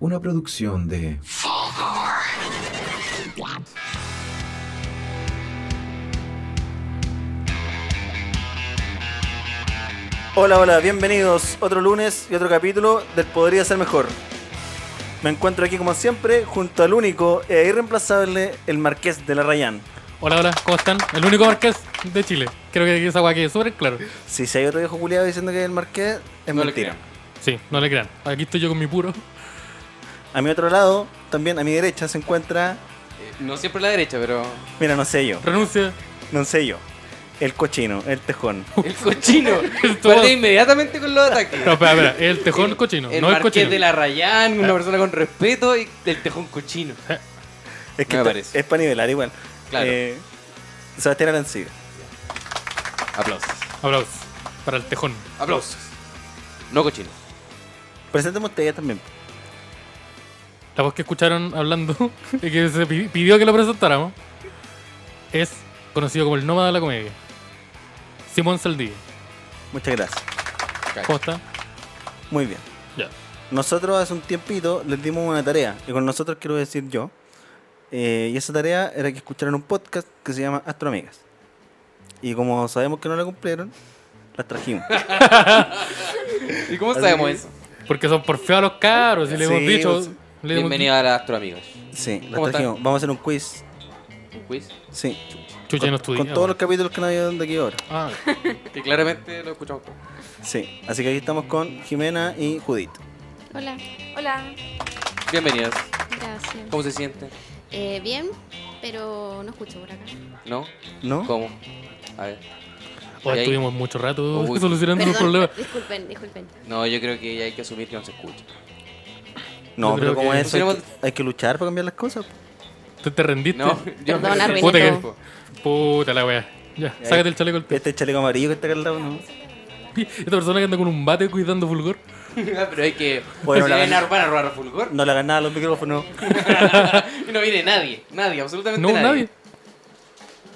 Una producción de... Hola, hola, bienvenidos otro lunes y otro capítulo del Podría Ser Mejor. Me encuentro aquí como siempre junto al único e irreemplazable, el Marqués de la Rayán. Hola, hola, ¿cómo están? El único marqués de Chile. Creo que esa guay quede súper claro. Si se hay otro viejo culiado diciendo que es el Marqués, es No le mentira. crean. Sí, no le crean. Aquí estoy yo con mi puro. A mi otro lado, también a mi derecha, se encuentra... Eh, No siempre la derecha, pero. Mira, no sé yo, Renuncia. no sé yo. El cochino, el tejón. El cochino. todo. Parte inmediatamente con los ataques. No, espera, espera. El tejón cochino. El no el marqués cochino. de la Rayán, una Ah. persona con respeto y el tejón cochino. Es que Me esto- parece. es para nivelar igual. Claro. Eh, Sebastián Arancibia. Aplausos. Aplausos. Para el tejón. Aplausos. No cochino. Preséntame ustedes también. La voz que escucharon hablando y que se pi- pidió que lo presentáramos es conocido como el nómada de la comedia. Simón Saldí. Muchas gracias. ¿Cómo está? Muy bien. Ya. Nosotros hace un tiempito les dimos una tarea, y con nosotros quiero decir yo. Eh, y esa tarea era que escucharan un podcast que se llama Astroamigas. Y como sabemos que no la cumplieron, las trajimos. ¿Y cómo Así sabemos que- eso? Porque son por feo a los caros y le Sí, hemos dicho. pues, le hemos Bienvenido a la Astro Amigos. Sí, las ¿Cómo están? trajimos. Vamos a hacer un quiz. Un quiz Sí. dicho- Chucha, no Con estudié. todos los capítulos que no había de aquí ahora. Ah, que claramente lo escuchamos poco. Sí. Así que aquí estamos con Jimena y Judith. Hola, hola, Bienvenidos. gracias. ¿Cómo se sienten? Eh, bien, pero no escucho por acá. ¿No? ¿No? ¿Cómo? A ver. o Ahí- estuvimos mucho rato Uy. solucionando los problemas. Perdón, disculpen, disculpen. No, yo creo que ya hay que asumir que no se escucha. No, Yo pero creo como que- eso, hay que, Pusiéramos- hay que luchar para cambiar las cosas. ¿Te, te rendiste? No, yo Perdón, arruiné Puta que- todo. Puta la wea. Ya, Ya, sácate el chaleco al pie. Este chaleco amarillo que está acá al lado, ¿no? Esta persona que anda con un bate cuidando fulgor. Pero hay que. Bueno, si la- vienen a robar, a robar a Fulgor. No le hagan nada a los micrófonos. Y no viene nadie. Nadie, absolutamente No, nadie.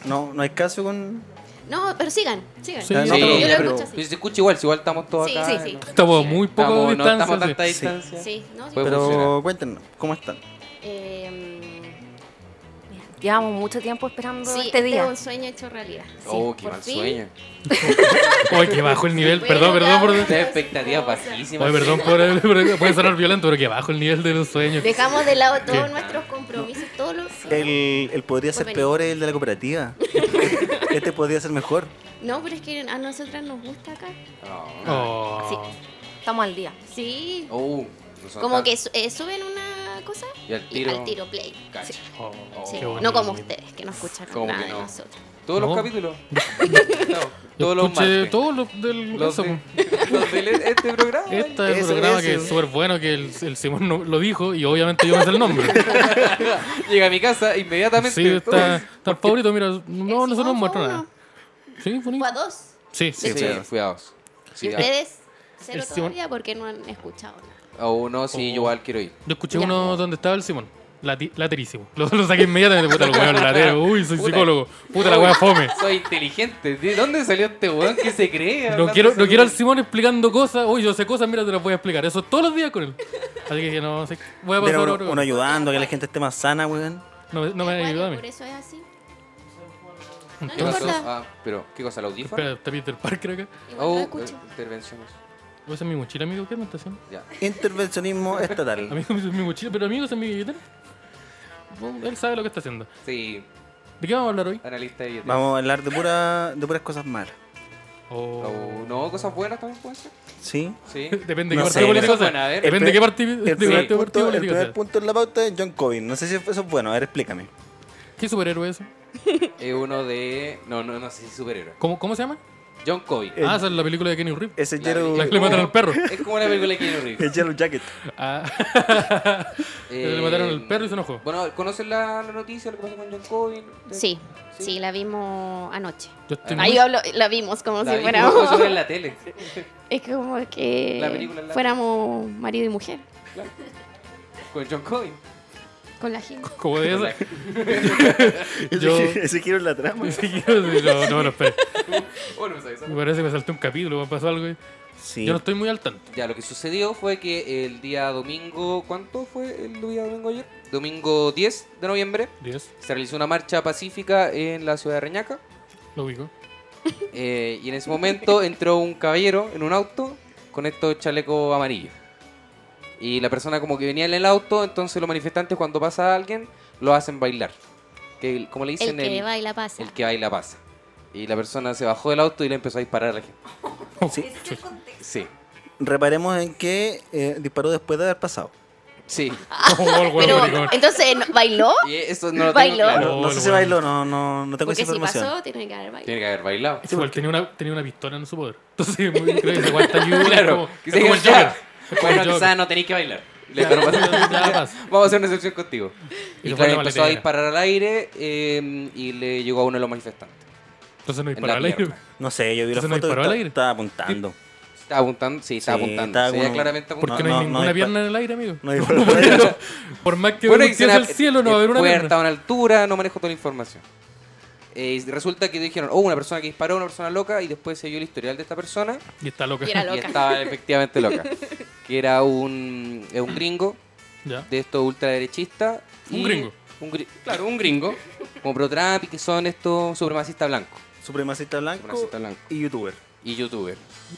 No, no hay caso con... No, pero sigan, sigan. Sí, Ah, no, Sí, pero- yo lo pero- escucho Pero así. se escucha igual, si igual estamos todos Sí, acá. sí, sí. ¿no? Estamos a muy poco Estamos- de no estamos a distancia. tanta sí. sí. distancia. Sí, no, sí. Puede Pero funcionar. cuéntenos, ¿cómo están? Eh, mm, Llevamos mucho tiempo esperando sí, este tengo día. un sueño hecho realidad. Sí, Oh, qué por mal fin. sueño. Oye, que bajo el nivel. Perdón, Bueno, perdón por. ya. Ustedes expectativas bajísimas. Oye, perdón por, por- Puede sonar violento, pero que bajo el nivel de los sueños. Dejamos de lado todos Sí. nuestros compromisos, todos los... El, el podría ser Por venir. peor es el de la cooperativa. este podría ser mejor. No, pero es que a nosotras nos gusta acá. No. Oh. Estamos al día. Sí, Oh, no son como tan- que su- eh, suben una cosa Y al y tiro. al tiro play. Cacha. Oh. Oh. Sí, Qué bonito. no como ustedes, que no escuchan ¿Cómo nada que de no? nosotros. Todos No. los capítulos. No, Yo todos los escuché martes. todos los del. Los eso, de- po. los de le- este programa. Este es Eso, un programa ese. que es súper bueno, que el, el Simón no- lo dijo y obviamente yo me sé el nombre. Llega a mi casa inmediatamente. sí, está, Entonces, está el favorito, mira. No, El nosotros no Simón muestra fue nada. uno. Sí, fue un- Fue a dos. Sí, Sí, sí. sí, sí. cuidados. Sí, Y ya. ustedes cero El Simón- todavía porque no han escuchado nada. Oh, no, sí, yo igual quiero ir. Yo escuché Ya. uno donde estaba el Simón. Lati- laterísimo. Lo, lo saqué inmediatamente. Puta, el weón latero. Uy, soy Puta. psicólogo. Puta, la weá fome. Soy inteligente. ¿De dónde salió este weón que se cree? No hablando quiero, de no quiero al salud? Simón explicando cosas. Uy, yo sé cosas, mira, te las voy a explicar. Eso todos los días con él. Así que no sé. Voy a pasar Pero a uno, otro. uno ayudando a que la gente esté más sana, weón. No, no me Igual, ayuda a Por mí. eso es así. No ¿Qué le pasó? importa. Ah, pero, ¿qué cosa? ¿El audífono? Espera, está Peter Parker acá. Igual Oh, no eh, escucho. intervenciones. ¿O esa es mi mochila, amigo? ¿Qué me está haciendo? Ya. Intervencionismo estatal. Amigo, esa es mi mochila. Pero amigo, esa es mi billetera. Él sabe lo que está haciendo. Sí, ¿De qué vamos a hablar hoy? analista de billetes. Vamos a hablar de, pura, de puras cosas malas. O- Oh, no, cosas buenas también pueden ser. ¿Sí? Sí. Depende de No qué sé, partido político pero- bueno, sea. a ver. Depende El de qué pre- partido El de primer, qué partido punto, el político primer sea. punto en la pauta es John Cobin. No sé si eso es bueno. A ver, explícame. ¿Qué superhéroe es eso? Es uno de. No, no, no sé si es superhéroe. ¿Cómo, ¿Cómo se llama? John Covey. Eh, Ah, esa es la película de Kenny Reeves. Ese La- Yellow, La que le mataron al perro. Es como la película de Keanu Reeves. el yellow Jacket. Ah, Eh, le mataron al perro y se enojó. Bueno, ¿conocen la, la noticia, lo que pasó con John Covey? Sí, sí, la vimos anoche. yo estoy Muy- Ahí hablo, la vimos como La si vi- fuéramos. lo pasaron en la tele. Es como La que película en la- fuéramos marido y mujer. Con John Covey. con la gente. Como de esa. Yo- Yo... Ese quiero la trama. Sí, quiero decir, no, no, no, espera. Bueno, pues ahí Me parece que me salté un capítulo, me pasó algo. ahí. Sí. Yo no estoy muy al tanto. Ya, lo que sucedió fue que el día domingo, ¿cuánto fue el día domingo ayer? Domingo 10 de noviembre, 10, se realizó una marcha pacífica en la ciudad de Reñaca. lo ubico. eh, y en ese momento entró un caballero en un auto con estos chalecos amarillos. Y la persona como que venía en el auto, entonces los manifestantes cuando pasa alguien lo hacen bailar. Que, como le El dicen, que baila pasa. el que baila pasa. Y la persona se bajó del auto y le empezó a disparar a la gente. Sí. Sí, Reparemos en que eh, disparó después de haber pasado. sí. Oh, el huevo, Ah, Pero, maricón. entonces, ¿no- ¿bailó? Y eso no lo tengo ¿Bailó? claro. No, no Oh, sé el si bueno. bailó, no, no, no tengo esa Porque si información. pasó, tiene que haber bailado. Tiene que haber bailado. Sí, igual tenía una, tenía una pistola en su poder. Entonces, es muy, creo que se aguanta ayuda. Claro, Como, que es se como el diga, Joker. ya. Bueno, quizás no tenéis que bailar. Le Claro, dijeron, ya, "Pasa". ya, pasa. Vamos a hacer una excepción contigo. Y Y, se fue claro, la empezó a maletera. disparar al aire eh, y le llegó a uno de los manifestantes. Entonces no en disparó la al aire. pierna. No sé, yo vi la Entonces no foto y disparó al ta- aire. estaba apuntando. Estaba apuntando, sí, estaba Sí, apuntando. estaba Se veía como- claramente ¿Por Porque no, apuntando. No, hay no, no ninguna dispa- pierna en el aire, amigo. No disparó al aire. Por más Ah. que Bueno, bueno, y voltees al cielo, no va a haber una después pierna. estaba en altura, no manejo toda la información. Eh, y resulta que dijeron, oh, una persona que disparó, una persona loca, y después se vio el historial de esta persona Y está loca. Y era y Loca. estaba efectivamente loca. que era un, eh, un gringo Ya. de estos ultraderechistas. Un y- gringo. un gri- claro, un gringo. Como pro Trump y que son estos supremacistas blancos. Supremacista blanco, Supremacista blanco. y youtuber. Y youtuber.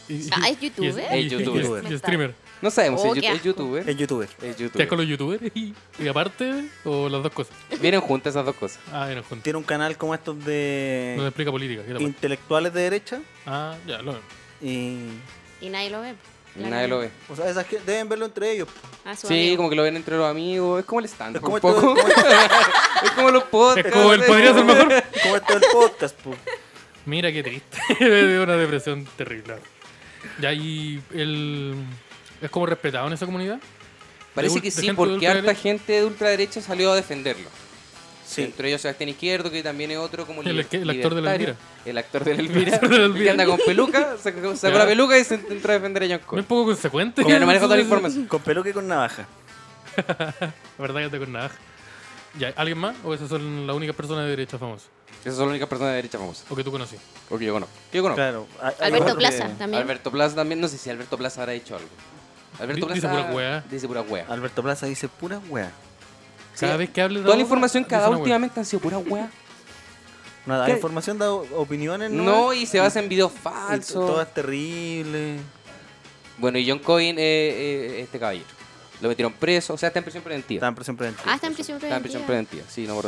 Y- Ah, ¿es y- youtuber? y- Es youtuber. y- Y streamer. No sabemos Oh, si es, qué you- es asco. youtuber. Es youtuber. Es ¿Te das con youtuber. los youtubers? Y, y aparte, o las dos cosas. Vienen juntas esas dos cosas. Ah, eran juntos. Tiene un canal como estos No pues. te de explica política. ¿qué tal? intelectuales de derecha Ah, ya, lo y... Y nadie lo ve. Y nadie lo ve. O sea, esas que deben verlo entre ellos. A Ah, su Sí, amigo. como que lo ven entre los amigos. Es como el stand Es como un todo- poco. es como los podcasts. Es como el podría ser mejor. Como esto del podcast, pues. po. Mira qué triste. Me dio una depresión terrible. Ya, y el. ¿Es como respetado en esa comunidad? Parece De que ul- de sí, gente porque de harta ultraderecha. gente de ultraderecha salió a defenderlo. Sí. Entre ellos Sebastián Izquierdo, que también es otro como El- liber- el actor de la libertario. El actor de la El Elvira. actor de la Que Elvira. anda con peluca, sacó, sacó la Ya. peluca y se entró a defender a John No es Cole. poco consecuente. Como que no manejo toda la información. Con peluca y con navaja. La verdad que te con navaja. Ya, ¿Alguien más? ¿O esas son las únicas personas de derecha famosas? Esas son las únicas personas de derecha famosa. ¿O que tú conocí? O que yo conozco. Que yo conozco. Claro. hay- hay Alberto otro que- Plaza también. Alberto Plaza también. No sé si Alberto Plaza habrá hecho algo. Alberto Di- dice Plaza pura Ah, hueá. Dice pura hueá. Alberto Plaza dice pura wea. Sí, Cada vez que hable de Toda la algo, información que ha dice dado una hueá. últimamente ha sido pura hueá. Nada, ¿Qué? información da opiniones, ¿no? No, y se basa en videos Y falsos. Todo es terrible. Bueno, y John Coyne, eh, eh, este caballero. Lo metieron preso, o sea, está en prisión preventiva. Están en prisión preventiva. Ah, está en prisión Está en preventiva. prisión preventiva, sí, no por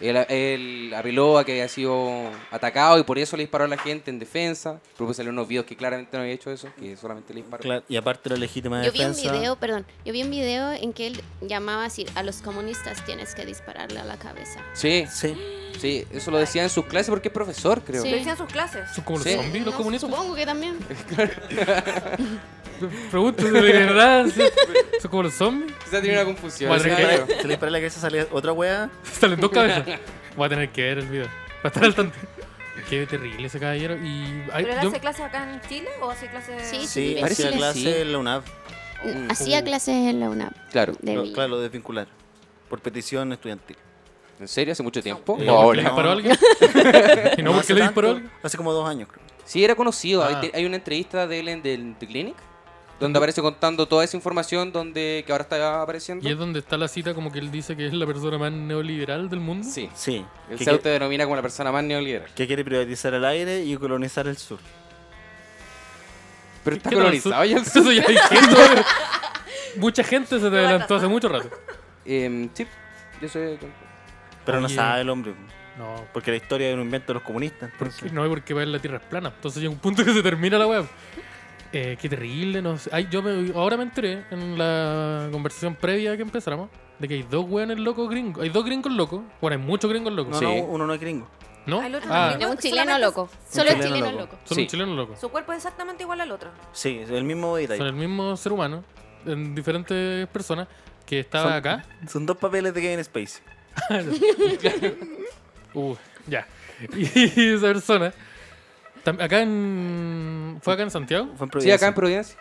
él, él apeló a que había sido atacado y por eso le disparó a la gente en defensa. Porque salieron unos videos que claramente no había hecho eso, que solamente le disparó. Claro, y aparte la legítima Yo vi un defensa. video, perdón, yo vi un video en que él llamaba así, a los comunistas tienes que dispararle a la cabeza. Sí, Sí. sí, eso lo decía en sus clases porque es profesor, creo. Sí. Lo decían sus clases. ¿Son como los Sí. zombies, los No, comunistas? Supongo que también. Pregunto de verdad. ¿sí? ¿Son como los zombies? Quizás tiene una confusión. Bueno, Se le ¿no? dispara- se le dispara en la cabeza sale otra wea. Salen dos cabezas. Voy a tener que ver el video. Para estar al tanto. Qué terrible ese caballero. Y ay, ¿Pero él yo- hace clases acá en Chile o hace clases...? Sí, Sí, parece hacía que clase sí. en la UNAV. Mm. Hacía clases en la UNAM. Claro. De Lo- Villa. claro, lo desvincular. Por petición estudiantil. ¿En serio? ¿Hace mucho tiempo? ¿Y ¿O Eh, no porque ahora? le disparó a alguien? ¿Y no porque hace le disparó a tanto, alguien? Hace como dos años, creo. Sí, era conocido. Hay- Ah. Hay, una entrevista de él en del The Clinic, donde aparece contando toda esa información donde, que ahora está apareciendo. Y es donde está la cita como que él dice que es la persona más neoliberal del mundo. Sí. Sí. Él Que, se autodenomina como la persona más neoliberal. que quiere privatizar el aire y colonizar el sur. Pero está ¿Qué tal colonizado el ya el sur? Eso sur. ya diciendo, pero Mucha gente se te adelantó hace mucho rato. Em, sí, yo soy... Pero no Oye. sabe el hombre, No, porque la historia es un invento de los comunistas. porque, Entonces. no, porque va en la tierra es plana. Entonces llega un punto que se termina la web. Eh, qué terrible, no sé. Ay, yo me- ahora me enteré en la conversación previa que empezáramos de que hay dos weones locos gringos. Hay dos gringos locos. Bueno, hay muchos gringos locos. No, Sí. no, uno no es gringo. ¿No? Al otro Ah, gringo. No, un chileno Solamente- loco. Solo el chileno chileno loco. loco. son Sí. un chileno loco. Su cuerpo es exactamente igual al otro. Sí, es el mismo detalle. Son el mismo ser humano en diferentes personas que estaba Son- acá. Son dos papeles de Kevin Spacey. Uh, ya. Y esa persona. tam- Acá en. ¿Fue acá en Santiago? Fue en Sí, Providencia. acá en Providencia.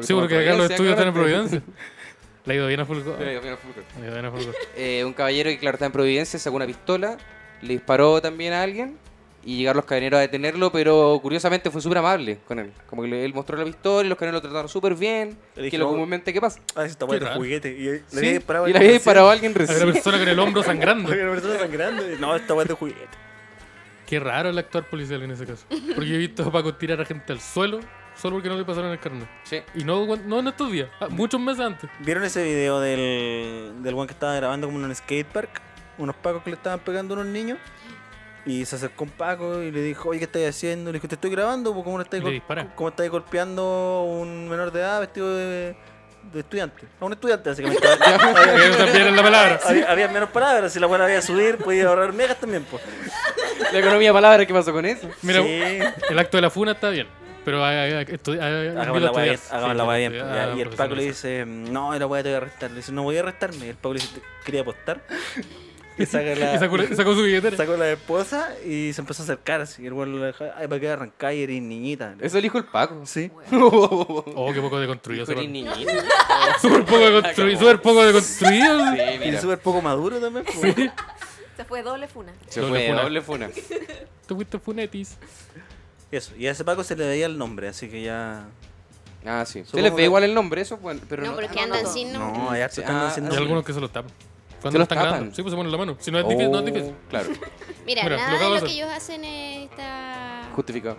Sí, porque acá los estudios están en Providencia. claramente. Le ha ido bien a Fulgor. Eh, Le mira, Fulgor. ha ido bien a Fulgor. Eh, un caballero que, claro, está en Providencia, sacó una pistola, le disparó también a alguien y llegaron los carabineros a detenerlo, pero curiosamente fue súper amable con él. Como que le- él mostró la pistola y los carabineros lo trataron súper bien, Le "Ah, dije, que es lo "Oh". comúnmente que pasa. Ah, esta Qué weá de raro. juguete. Y le Sí, había disparado y al le había recién. disparado a alguien Hay una recién. persona con el hombro sangrando. Había una persona tan grande. No, esta weá es de juguete. Qué raro el actuar policial en ese caso. Porque yo he visto a Paco tirar a gente al suelo solo porque no le pasaron el carnet. Sí. Y no, cuan- no en estos días, ah, muchos meses antes. ¿Vieron ese video del, del one que estaba grabando como en un skatepark? Unos pacos que le estaban pegando a unos niños. Y se acercó un paco y le dijo, oye, ¿qué estáis haciendo? Le dijo, te estoy grabando, pues, ¿cómo, le estáis Y le gol- dispara. cómo estáis golpeando a un menor de edad vestido de, de estudiante? A un estudiante, básicamente. había, Ellos también es la palabra. había- había menos palabras, si la buena había subir, podía ahorrar megas también, pues. La economía de palabras, ¿qué pasó con eso? Mira, Sí. el acto de la funa está bien. Pero hay- hay- hay- estudi- hay- hay- Hagamos invito la a weá bien, estudiar. hagamos Sí, la sí, weá bien. estudiar, Ya, ah, Y el profesor, Paco le sí. dice, no, la weá te voy a arrestar. Le dice, no voy a arrestarme. Y el Paco le dice, quería apostar. Y saca Y sacó, la, sacó su billetera. sacó la esposa y se empezó a acercar así. Y el weón lo dejó, ay, para qué arrancar y eres niñita. Eso lo dijo el Paco. Sí. Oh, qué poco deconstruido ese Dijo, "Eres weón. niñito". Súper poco deconstruido. Súper poco deconstruido. Sí, Y mira. súper poco maduro también. pues. po. Se fue doble funa. Se Doble fue, funa. doble funa. Te fuiste funetis. Eso. Y a ese Paco se le veía el nombre, así que ya. Ah, sí. Se Supongo les ve que- igual el nombre, eso, bueno, pero No, no. porque no, andan no. sin nombre. No, hay harto Sí, que andan ah, sin ah, Hay nombre. algunos que se lo tapan. Se Cuando los están tapan. grabando. Sí, pues se ponen la mano. Si no es difícil, no es Oh, difícil. Claro, Mira, Mira, lo nada acabo de de lo que hacer. ellos hacen está justificado.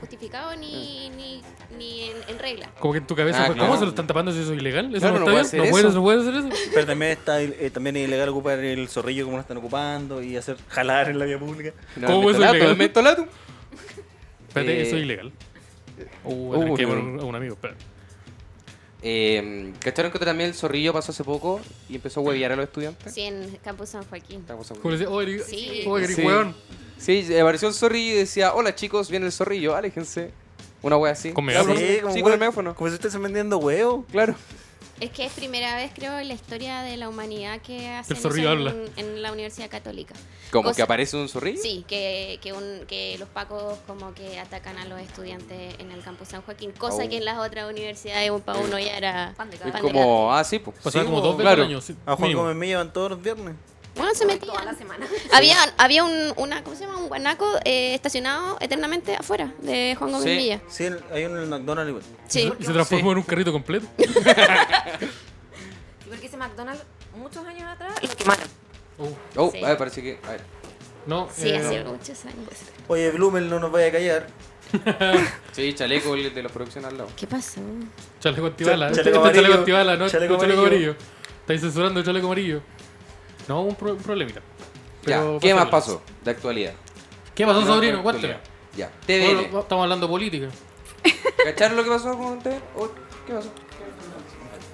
justificado Mm. ni, ni, ni en, en regla. Como que en tu cabeza Ah, fue, claro. ¿cómo se lo están tapando si eso es ilegal? ¿Eso Claro, no, está no puede bien? hacer ¿No puedes, eso. no puedes hacer eso? Pero también, está, eh, también es ilegal ocupar el zorrillo como lo están ocupando y hacer jalar en la vía pública. No, ¿Cómo el eso es mentolato, ilegal? el mentolato. Espérate, Eh, eso es ilegal. Uh, uh, hay que no. llamar a un- a un amigo, espérate. Eh, ¿Cacharon que también el zorrillo pasó hace poco y empezó a hueviar a los estudiantes? Sí, en Campus San Joaquín. Esta cosa, Como le decía, oh, eres, Sí. oh, eres Sí. hueón. Sí, apareció el zorrillo y decía, hola chicos, viene el zorrillo, aléjense. Una wea así. Con Claro, megáfono. Sí, como con weón- el megáfono. Como si estuviesen vendiendo huevos. Claro. Es que es primera vez, creo, en la historia de la humanidad que hacen eso zorrillo habla. en, en la Universidad Católica. Como Cosa- que aparece un zorrillo. Sí, que, que, un- que los pacos como que atacan a los estudiantes en el campus San Joaquín, cosa Oh. que en las otras universidades un pa' uno ya era... Pan de Es cada- Pan de como, ah, sí, pues. Pasaba Sí, como dos bo, veces claro. al año. sí, A Juan mínimo. Gómez me llevan todos los viernes. Bueno, se Toda la metían. semana. Había, había un, una, ¿cómo se llama? Un guanaco eh, estacionado eternamente afuera de Juan Gómez Sí. Villa. Sí, el- hay uno en el McDonald's igual. Sí. Y se transformó en un carrito completo. Y porque ese McDonald's muchos años atrás lo quemaron. Uh, Oh, Sí. a ver, parece que. a ver. no, Sí, eh, hace muchos años. Oye, Blumen, no nos vaya a callar. Sí, chaleco el de la producción al lado. ¿Qué pasó? chaleco antibala. Chaleco Este chaleco amarillo. antibala, no Chaleco este chaleco amarillo. amarillo. Estáis censurando el chaleco amarillo. No, un, pro- un problemita. Ya, Pero ¿qué más pásale. pasó de actualidad? ¿Qué pasó, De sobrino? Oh, actualidad. Cuéntame. Ya, Bueno, TVN. estamos hablando de política. ¿Cacharon lo que pasó con TVN? Oh, ¿Qué pasó?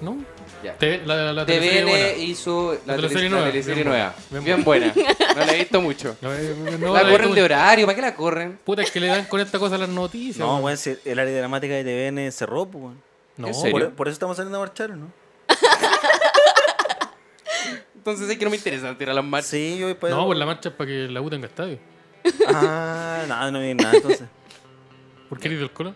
¿No? Ya. Te- la, la, la teleserie TVN buena. hizo la La teleserie teleserie nueva, la teleserie bien nueva. buena, Bien bien buena. No la he visto mucho. No, eh, no, La la- corren de horario, ¿para qué la corren? Puta, es que le dan con esta cosa a las noticias. No, weón. weón, si el área dramática de TVN cerró, pues, weón. No, ¿En por- serio? Por, por eso estamos saliendo a marchar, ¿no? Entonces es que no me interesa tirar las marchas. Sí, yo voy para no, por la marcha es para que la U tenga estadio. Ah, nada, no vi nada, entonces. ¿Por qué eres del Colo?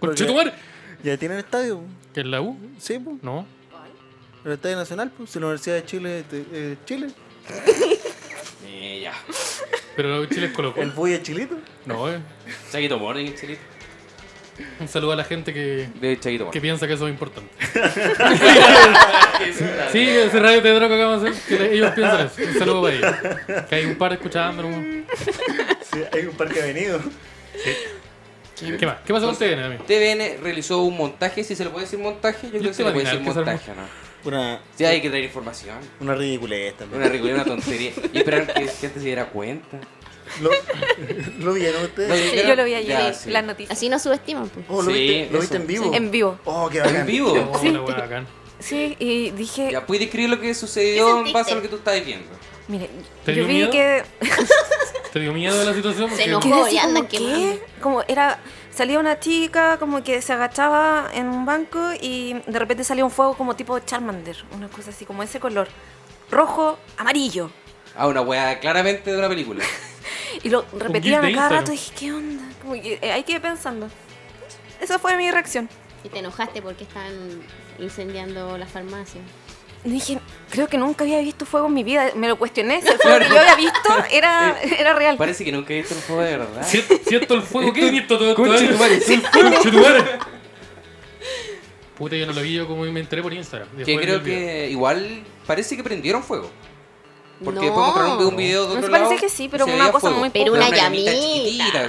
Porque- ¡Conchetumar! ¿Ya tienen estadio? ¿Que es la U? Sí, pues. No. El Estadio Nacional, pues. Si la Universidad de Chile, es de- eh, Chile. Eh, ya. Pero Chile es Colo El Colo. Buy es chilito. No, eh. Chaquito Morning, Chilito. Un saludo a la gente que, De que Chaquito Morning. piensa que eso es importante. Sí, ese radio te droga que vamos a hacer, que le- ellos piensan eso. Un saludo para ellos. Que hay un par escuchando. ¿no? Sí, hay un parque avenido. ¿Qué más? ¿Qué pasó con TVN, amigo? TVN realizó un montaje, si se le puede decir montaje, yo creo que se le puede decir imaginar que se montaje, ¿no? Una, Sí, hay que traer información. una ridiculez también. Una ridiculez, una tontería. Y esperaron que la gente se diera cuenta. ¿Lo, ¿Lo vieron ustedes? No, Sí, creo- yo lo vi ayer Ya, en sí. las noticias. Así nos subestiman, pues. Oh, ¿lo, Sí, viste, ¿Lo eso. viste en vivo? En vivo. Oh, qué bacán. ¿En vivo? Oh, la wea bacán. Sí, y dije, Ya, ¿puedes describir lo que ¿Qué sucedió en sentiste? base a lo que tú estás viendo? mire, ¿Te yo dio vi miedo? que ¿Te dio miedo la situación? Se Porque- enojó. Quedé Ojo, así y andan como, ¿qué? quemando. Como era, salía una chica como que se agachaba en un banco y de repente salía un fuego como tipo Charmander, una cosa así como ese color, rojo, amarillo. Ah, una weá claramente de una película. Y lo gif repetían a de cada Instagram. rato y dije, ¿qué onda? Como que eh, ahí quedé pensando. Esa fue mi reacción. Y te enojaste porque están incendiando la farmacia. Y dije, creo que nunca había visto fuego en mi vida. Me lo cuestioné. Si el fuego que yo había visto era, era real. Parece que nunca he visto un juego de verdad. Si- Siento el fuego que he visto todo Conche todo- tu madre, sí. Conche tu madre. Puta, yo no lo vi yo como me enteré por Instagram. Que Después vi creo el video. que igual parece que prendieron fuego. Porque No. después mostraron un video de Me otro parece lado, que sí, pero se una veía cosa muy Pero una llamita. chiquitita.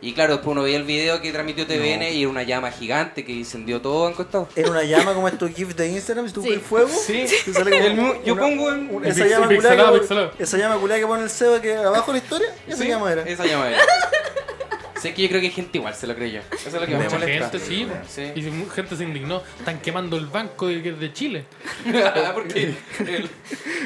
Y claro, después uno veía el video que transmitió TVN y era una llama gigante que incendió todo en costado. Era una llama como estos GIF de Instagram, si tú pones fuego. Sí. te sale como El mu- yo una- pongo el- un- el esa, pix- llama pixelado, culiá que- pixelado. esa llama culiá que pone el cebo que abajo de la historia. Esa Sí, llama era. Esa llama era. sé que yo creo que gente igual se lo creyó. Eso es lo que me Mucha molesta. gente, sí. Y sí. mu- gente se indignó. Están quemando el banco de, de Chile. Porque el-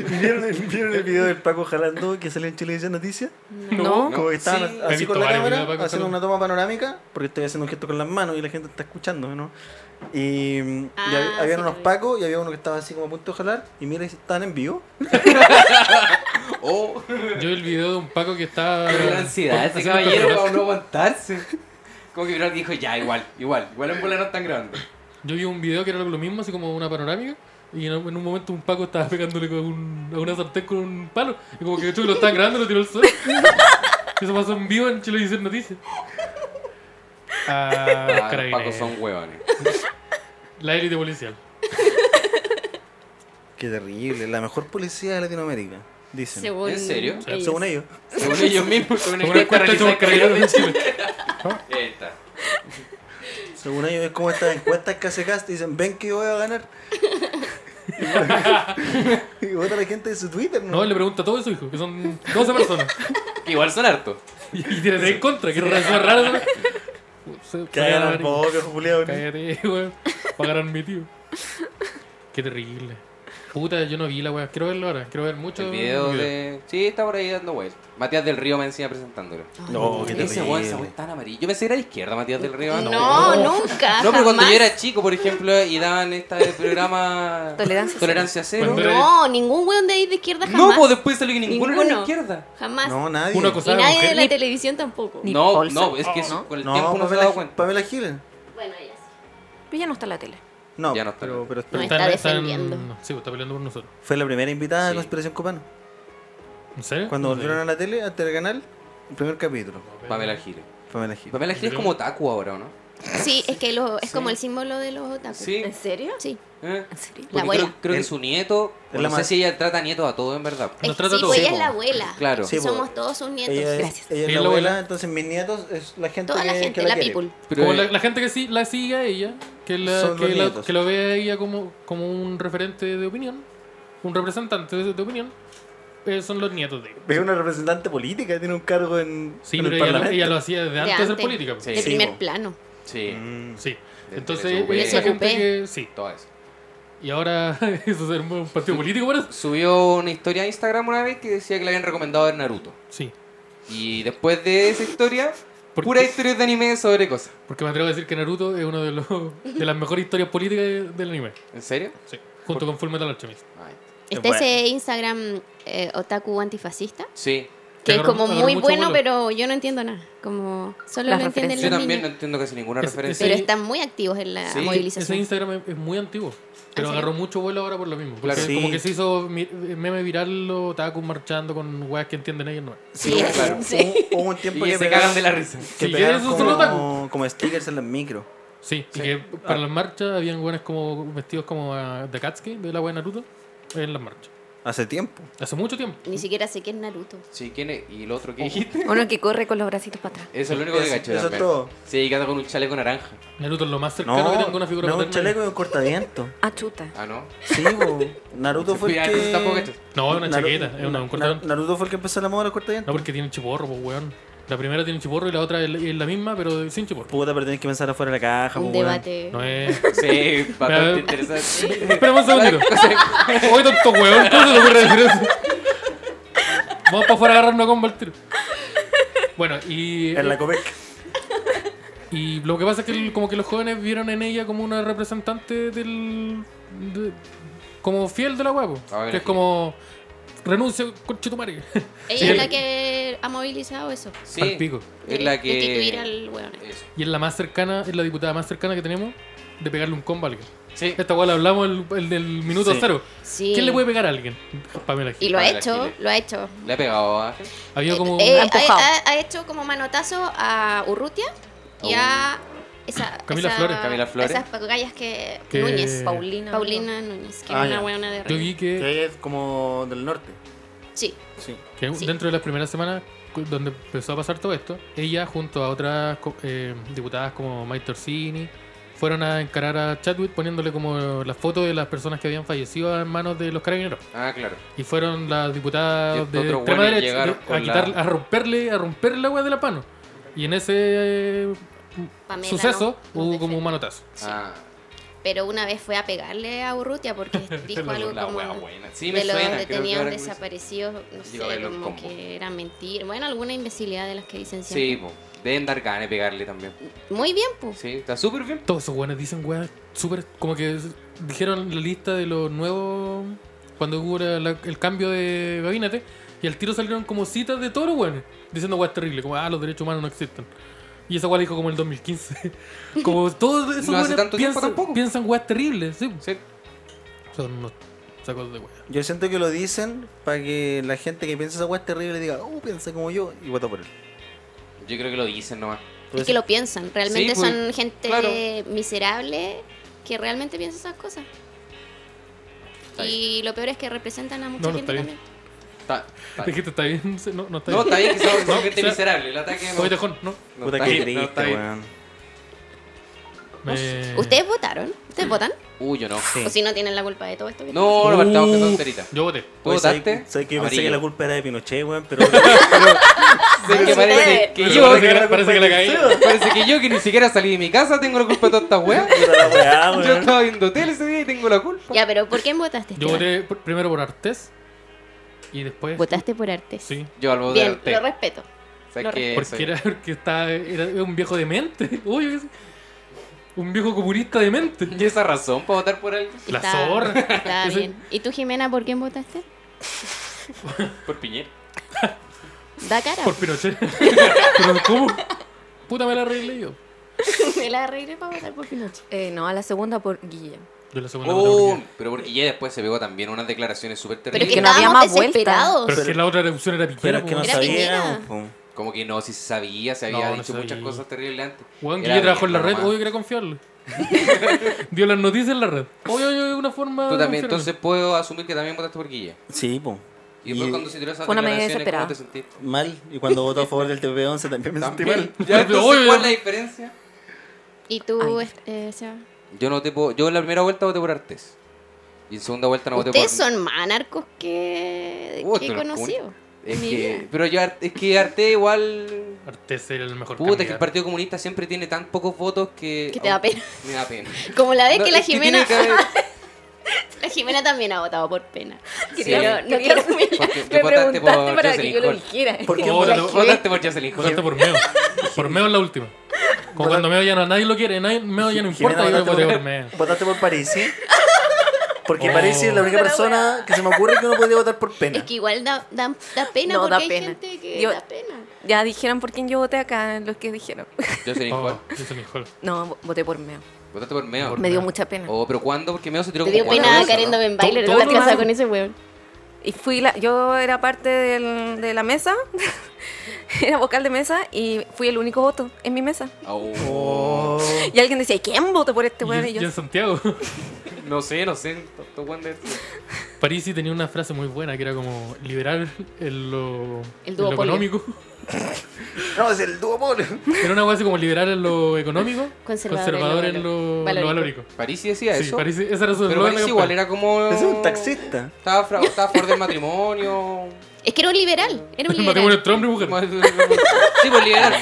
¿Vieron el, vieron el video del Paco Jalando que salió en Chile Noticias? No. Como que estaban Sí. He así visto con la varios cámara, videos de Paco haciendo Jalando. una toma panorámica, porque estoy haciendo un gesto con las manos y la gente está escuchando, ¿no? Y, mm, y Ah, hab- había sí, unos lo vi. pacos y había uno que estaba así como a punto de jalar y mira y estaban en vivo. Oh, Yo vi el video de un Paco que estaba. pero la ansiedad, ese haciendo caballero terror. para no aguantarse. Como que Brock dijo, ya, igual, igual, igual en bola no están grabando. Yo vi un video que era lo mismo, así como una panorámica. Y en en un momento un Paco estaba pegándole con un- a una sartén con un palo. Y como que cachó que lo estaban grabando, lo tiró al suelo. Eso pasó en vivo en Chile Dicen Noticias. Ah, Ah, los carabineros. Pacos son huevones. La élite policial. Qué terrible, la mejor policía de Latinoamérica, dicen. Según ¿En serio? Según ellos. Según ellos mismos, según Como una ellos encuesta hecha por carabineros en Chile. Ahí está. Según ellos es como estas encuestas que hace Cast y dicen, ven que yo voy a ganar. y vota la gente de su Twitter, ¿no? No, él le pregunta a todo su hijo, que son 12 personas. Que igual son hartos. Y, y tiene tres en contra, que es raro. que hagan el pobre, Julián. Cállate, weón. Pagaron mi tío. Qué terrible. Puta, yo no vi la weá. Quiero verlo ahora. Quiero ver mucho. El video video. de. Sí, está por ahí dando vueltas. Matías del Río me encima presentándolo. No, qué Ese weón, ese terrible. weón es tan amarillo. Yo pensé que era izquierda, Matías del Río. ¿ah? No, nunca. No, pero cuando jamás. yo era chico, por ejemplo, y daban este programa Tolerancia cero. Tolerancia Cero. Cuando era- No, ningún weón de ahí de izquierda No, jamás. pues después salió que ninguno, era de Ninguno. izquierda. Jamás. No, nadie. Una y cosa- Sabe, nadie de mujer. la Ni- televisión tampoco. Ni No, Paulson. no, es que ¿no? eso, con el tiempo No, uno se ha dado Pamela, cuenta. Pamela Giles. Bueno, ya sí. Pero ya no está en la tele. No, Ya no está. pero, pero No Están- está están- defendiendo. sí, pues, está peleando por nosotros. fue la primera invitada de Sí. Conspiración Copano. ¿En serio? Cuando No sé. volvieron a la tele, a Telecanal, el primer capítulo, Pamela Giles. Pamela Giles. Pamela Giles es como Taku ahora, ¿o ¿no? Sí, es que lo- es como el símbolo de los otakus. Sí. ¿En serio? Sí. ¿Eh? ¿En serio? La Porque abuela. Creo, creo que su nieto. Es la No sé madre. si ella trata nietos a todos, en verdad. Nos Es- trata sí, todo. pues Sí, ella es la po. abuela. Claro. Sí, po. Somos todos sus nietos. Ella es, Gracias. ella es Es la la abuela, abuela. entonces mis nietos es la gente Toda que la gente, que la quiere. people. Pero, como eh, la, la gente que sí la sigue a ella, que la, Son que los la- nietos. que lo ve a ella como, como un referente de opinión, un representante de, de opinión, eh, son los nietos de ella. Es una representante política, tiene un cargo en, Sí, en pero el ella, lo- Parlamento. ella lo hacía desde antes de ser política. pues. Sí. De primer po. plano. Sí, Mm. Sí. Desde Entonces, que es se la ocupó. gente que. Sí. todo eso. Y ahora eso es un partido político, por eso. Subió una historia a Instagram una vez que decía que le habían recomendado ver Naruto. Sí. Y después de esa historia, ¿Por pura qué? historia de anime sobre cosas. Porque me atrevo a decir que Naruto es una de, los, de las mejores historias políticas de- del anime. ¿En serio? Sí. Junto con Full Metal Alchemist. Ay. Este bueno. ese Instagram eh, otaku antifascista. Sí. Que es agarró- como agarró muy mucho bueno, vuelo. pero yo no entiendo nada. Como solo Las lo entienden Yo los también no niños. entiendo casi ninguna Es- referencia. Pero Sí. están muy activos en la Ese Sí, movilización. Instagram es, es muy antiguo. Pero ¿Ah, sí? agarró mucho vuelo ahora por lo mismo. Porque Claro. Sí. Como que se hizo mi- meme viral los otaku marchando con weas que entienden ellos no. Sí, claro. sí. Hubo, hubo un Y tiempo que que se pegaron, cagan de la risa. que Sí, pegaron eso es solo como, como stickers en las micro. Sí, y que Ah. para las marchas habían weones como vestidos como ah, de Katsuki, de la wea de Naruto, en las marchas. Hace tiempo. Hace mucho tiempo. Ni siquiera sé que es Naruto. Sí, ¿quién es? ¿Y el otro que dijiste? Uno que corre con los bracitos para atrás. Eso es lo único que Eso- caché eso es también. todo. Sí, que anda con un chaleco naranja. Naruto es lo más cercano No, que tengo a una figura no un paterna. chaleco y un cortaviento. Ah, chuta. Ah, ¿no? Sí, po. Naruto fue Mira, el que... tampoco caché. No, es una Naru- chaqueta, es una, un Na- cordón. Naruto fue el que empezó la moda de los No, cortavientos. porque tiene chiporro, pues, weón. La primera tiene chiporro y la otra es es la misma, pero sin chiporro. Puta, pero tenés que pensar afuera de la caja, Un po, weón. debate. No es. Sí, bastante Pero- interesante. Esperemos un segundito. Oye, tonto weón, ¿cómo se te ocurre decir eso? Vamos para afuera a agarrarnos a combo al tiro. Bueno, y, En la Copec. y lo que pasa es que el- como que los jóvenes vieron en ella como una representante del. de- como fiel de la huevo. A ver, Que es sí. como. Renuncia, conche tu madre. Ella Sí. es la que ha movilizado eso. Sí, Al pico. es la que... Destituir al weón. Eso. Y es la más cercana, es la diputada más cercana que tenemos de pegarle un combo a alguien. Sí. Esta weá la hablamos el, el del minuto Sí. cero. Sí. ¿Quién le puede pegar a alguien? Pamela Giles. Y lo ha Pamela hecho, Giles. lo ha hecho. Le ha pegado a Ángel. Había como. un- Eh, Ha empujado. ha, ha- ha hecho como manotazo a Urrutia y a esa, Camila esa- Flores. Oh. Camila Flores. Esas gallas que, Que- Núñez, Paulina. Paulina Núñez, que Ah, era una ya. buena de yo rey. vi que. Que ella es como del norte. Sí, Sí. que Sí. dentro de las primeras semanas cu- donde empezó a pasar todo esto, ella junto a otras co- eh, diputadas como Mike Torsini fueron a encarar a Chadwick poniéndole como las fotos de las personas que habían fallecido en manos de los carabineros. Ah, claro. Y fueron las Y diputadas estos de otros extrema güeyes derecha llegaron de- a, con quitar, la- a romperle, a romperle la agua de la mano. Y en ese eh, Pamela suceso no- no hubo defiende. como un manotazo. Ah, Pero una vez fue a pegarle a Urrutia porque dijo algo la como wea buena. Sí, me de los suena. creo que detenidos ahora que me dice- desaparecidos, no sé, Yo a verlo como como. que era mentir. Bueno, alguna imbecilidad de las que dicen Sí, siempre. po. deben dar ganas de pegarle también. Muy bien, pues. Sí, está súper bien. Todos esos weones dicen weas súper. Como que s- dijeron la lista de los nuevos. Cuando hubo la- la- el cambio de gabinete. Y al tiro salieron como citas de todos los weones. Diciendo weas terribles. Como, ah, los derechos humanos no existen. Y esa wea la dijo como en el 2015. como todos esos No hace weones tanto tiempo piensan, tampoco. piensan weas terribles. Sí. Sí. Son unos sacos de weas. Yo siento que lo dicen para que la gente que piensa esa weá es terrible diga, uh, piensa como yo, y vota por él. Yo creo que lo dicen nomás. Es que lo piensan. Realmente pues, son gente claro. miserable que realmente piensa esas cosas. Está Y lo peor es que representan a mucha No, no gente está bien. también. Está, está bien. Dijiste, está bien. Sí, No, no está No, bien. está bien que son son gente o sea, miserable. El ataque no, Soy tejón, no. no Puta está que bien, no triste, está bien. weón. Me- ¿Ustedes votaron? ¿Ustedes votan? Uy, yo no. Sí. ¿O si no tienen la culpa de todo esto? que está No, no partamos con tonterita. Yo voté. ¿Tú Oye, Pues, ¿sabes- votaste? ¿Sabes que yo pensé Amarillo. que la culpa era de Pinochet, weón? Pero. Sé que Ay, parece ustedes. que Pero yo. parece que, parece que la caí. Parece que yo que ni siquiera salí de mi casa tengo la culpa de toda esta weá. Puta la weá, Yo weón. estaba viendo tele ese día y tengo la culpa. bien? Ya, pero ¿por quién votaste? Yo Esteban? voté pr- primero por Artes. Y después. Votaste por Artes. Sí. Yo al Bien, votar lo respeto. lo Porque era, porque estaba, era un viejo demente. Uy, es- un viejo comunista demente. ¿Y esa razón para votar por alguien? La Está- zorra. Está Eso- bien. ¿Y tú, Jimena, por quién votaste? Por Piñera. Da cara. Por Pinochet. Pero ¿cómo? Puta me la arreglé yo. Me la arreglé para votar por Pinochet. Eh, no, a la segunda por Guille. Yo la segunda voté por Oh, Piñera. pero porque ya después se pegó también unas declaraciones súper Pero terribles. que, que no no había estábamos más vuelta. desesperados. Pero es que la otra erupción era Piñera. Pero es que no po. Era sabíamos, Piñera. po. Como que no, si se sabía, se No, había no dicho sabía. muchas cosas terribles antes. Weón, Era Guille trabajó en la bien, red. nomás. Obvio que era confiable. Dio las noticias en la red. Obvio, obvio, una forma. Tú de también, confiarme. entonces puedo asumir que también votaste por Guille. Sí, po. Y después cuando se tiró esas Fue una medida declaraciones, ¿cómo te sentiste? Mal. Y cuando votó a favor del TP11 también me sentí También. mal. Ya, Pero entonces, obvio. ¿cuál es la diferencia? ¿Y tú, Ay. este, Seba? Yo no te puedo, yo en la primera vuelta voté por Artes. Y en segunda vuelta no voté por Ustedes son más anarcos que, Uy, que he pero ¿cómo? conocido. Es Mi que, vida. pero yo Arte- es que Arte igual Artes era el mejor. puta que el candidato. Partido Comunista siempre tiene tan pocos votos que oh, Que te da pena. Me da pena. Como la vez No, que la es tiene Jimena, que haber- la Jimena también ha votado por pena. Sí. Pero no quiero humillar. Porque tú votaste por Jocelyn Hall. eligiera. ¿Por qué Oh, votaste? no, no. Votaste por Jocelyn Hall. Votaste por Meo. Por Meo en la última. Como cuando Meo ya no, nadie lo quiere, nadie, Meo ya no importa, yo Jimena, voté votaste por Meo. ¿Votaste por Parisi? Porque Oh. Parisi es la única persona que se me ocurre que uno podría votar por pena. Es que igual da, da, da pena No, porque da hay pena. gente que Yo- da pena. Ya dijeron por quién yo voté acá, los que dijeron. Jocelyn Hall. Oh, yo soy mi hijo. No, vo- voté por Meo. Votaste por Meo. Por- Me dio Meo. mucha pena. Oh, pero ¿cuándo? Porque Meo se tiró Te como dio cuatro pena a veces, Karen ¿no? Dovenbailer Todo- la todo casa mal. con ese weón. Y fui la, yo era parte del- de la mesa, era vocal de mesa y fui el único voto en mi mesa. Oh. Oh. Y alguien decía, ¿quién votó por este Y weón? yo- Y yo, yo en Santiago. No sé, no sé. to- to- one day. Parisi tenía una frase muy buena que era como liberar el lo, en lo duopolio. económico. No, es el duopolio. Era una cosa así como liberar en lo económico, Conservador conservador, en lo, valórico. lo valórico. Parisi decía Sí, eso. Parisi, esa era su Pero eslogan de Parisi igual campaña. era como. Ese es un taxista. Estaba, fra- estaba fuera del matrimonio. Es que era un liberal, era un El matrimonio liberal. entre hombre y mujer. sí, pues, por liberar.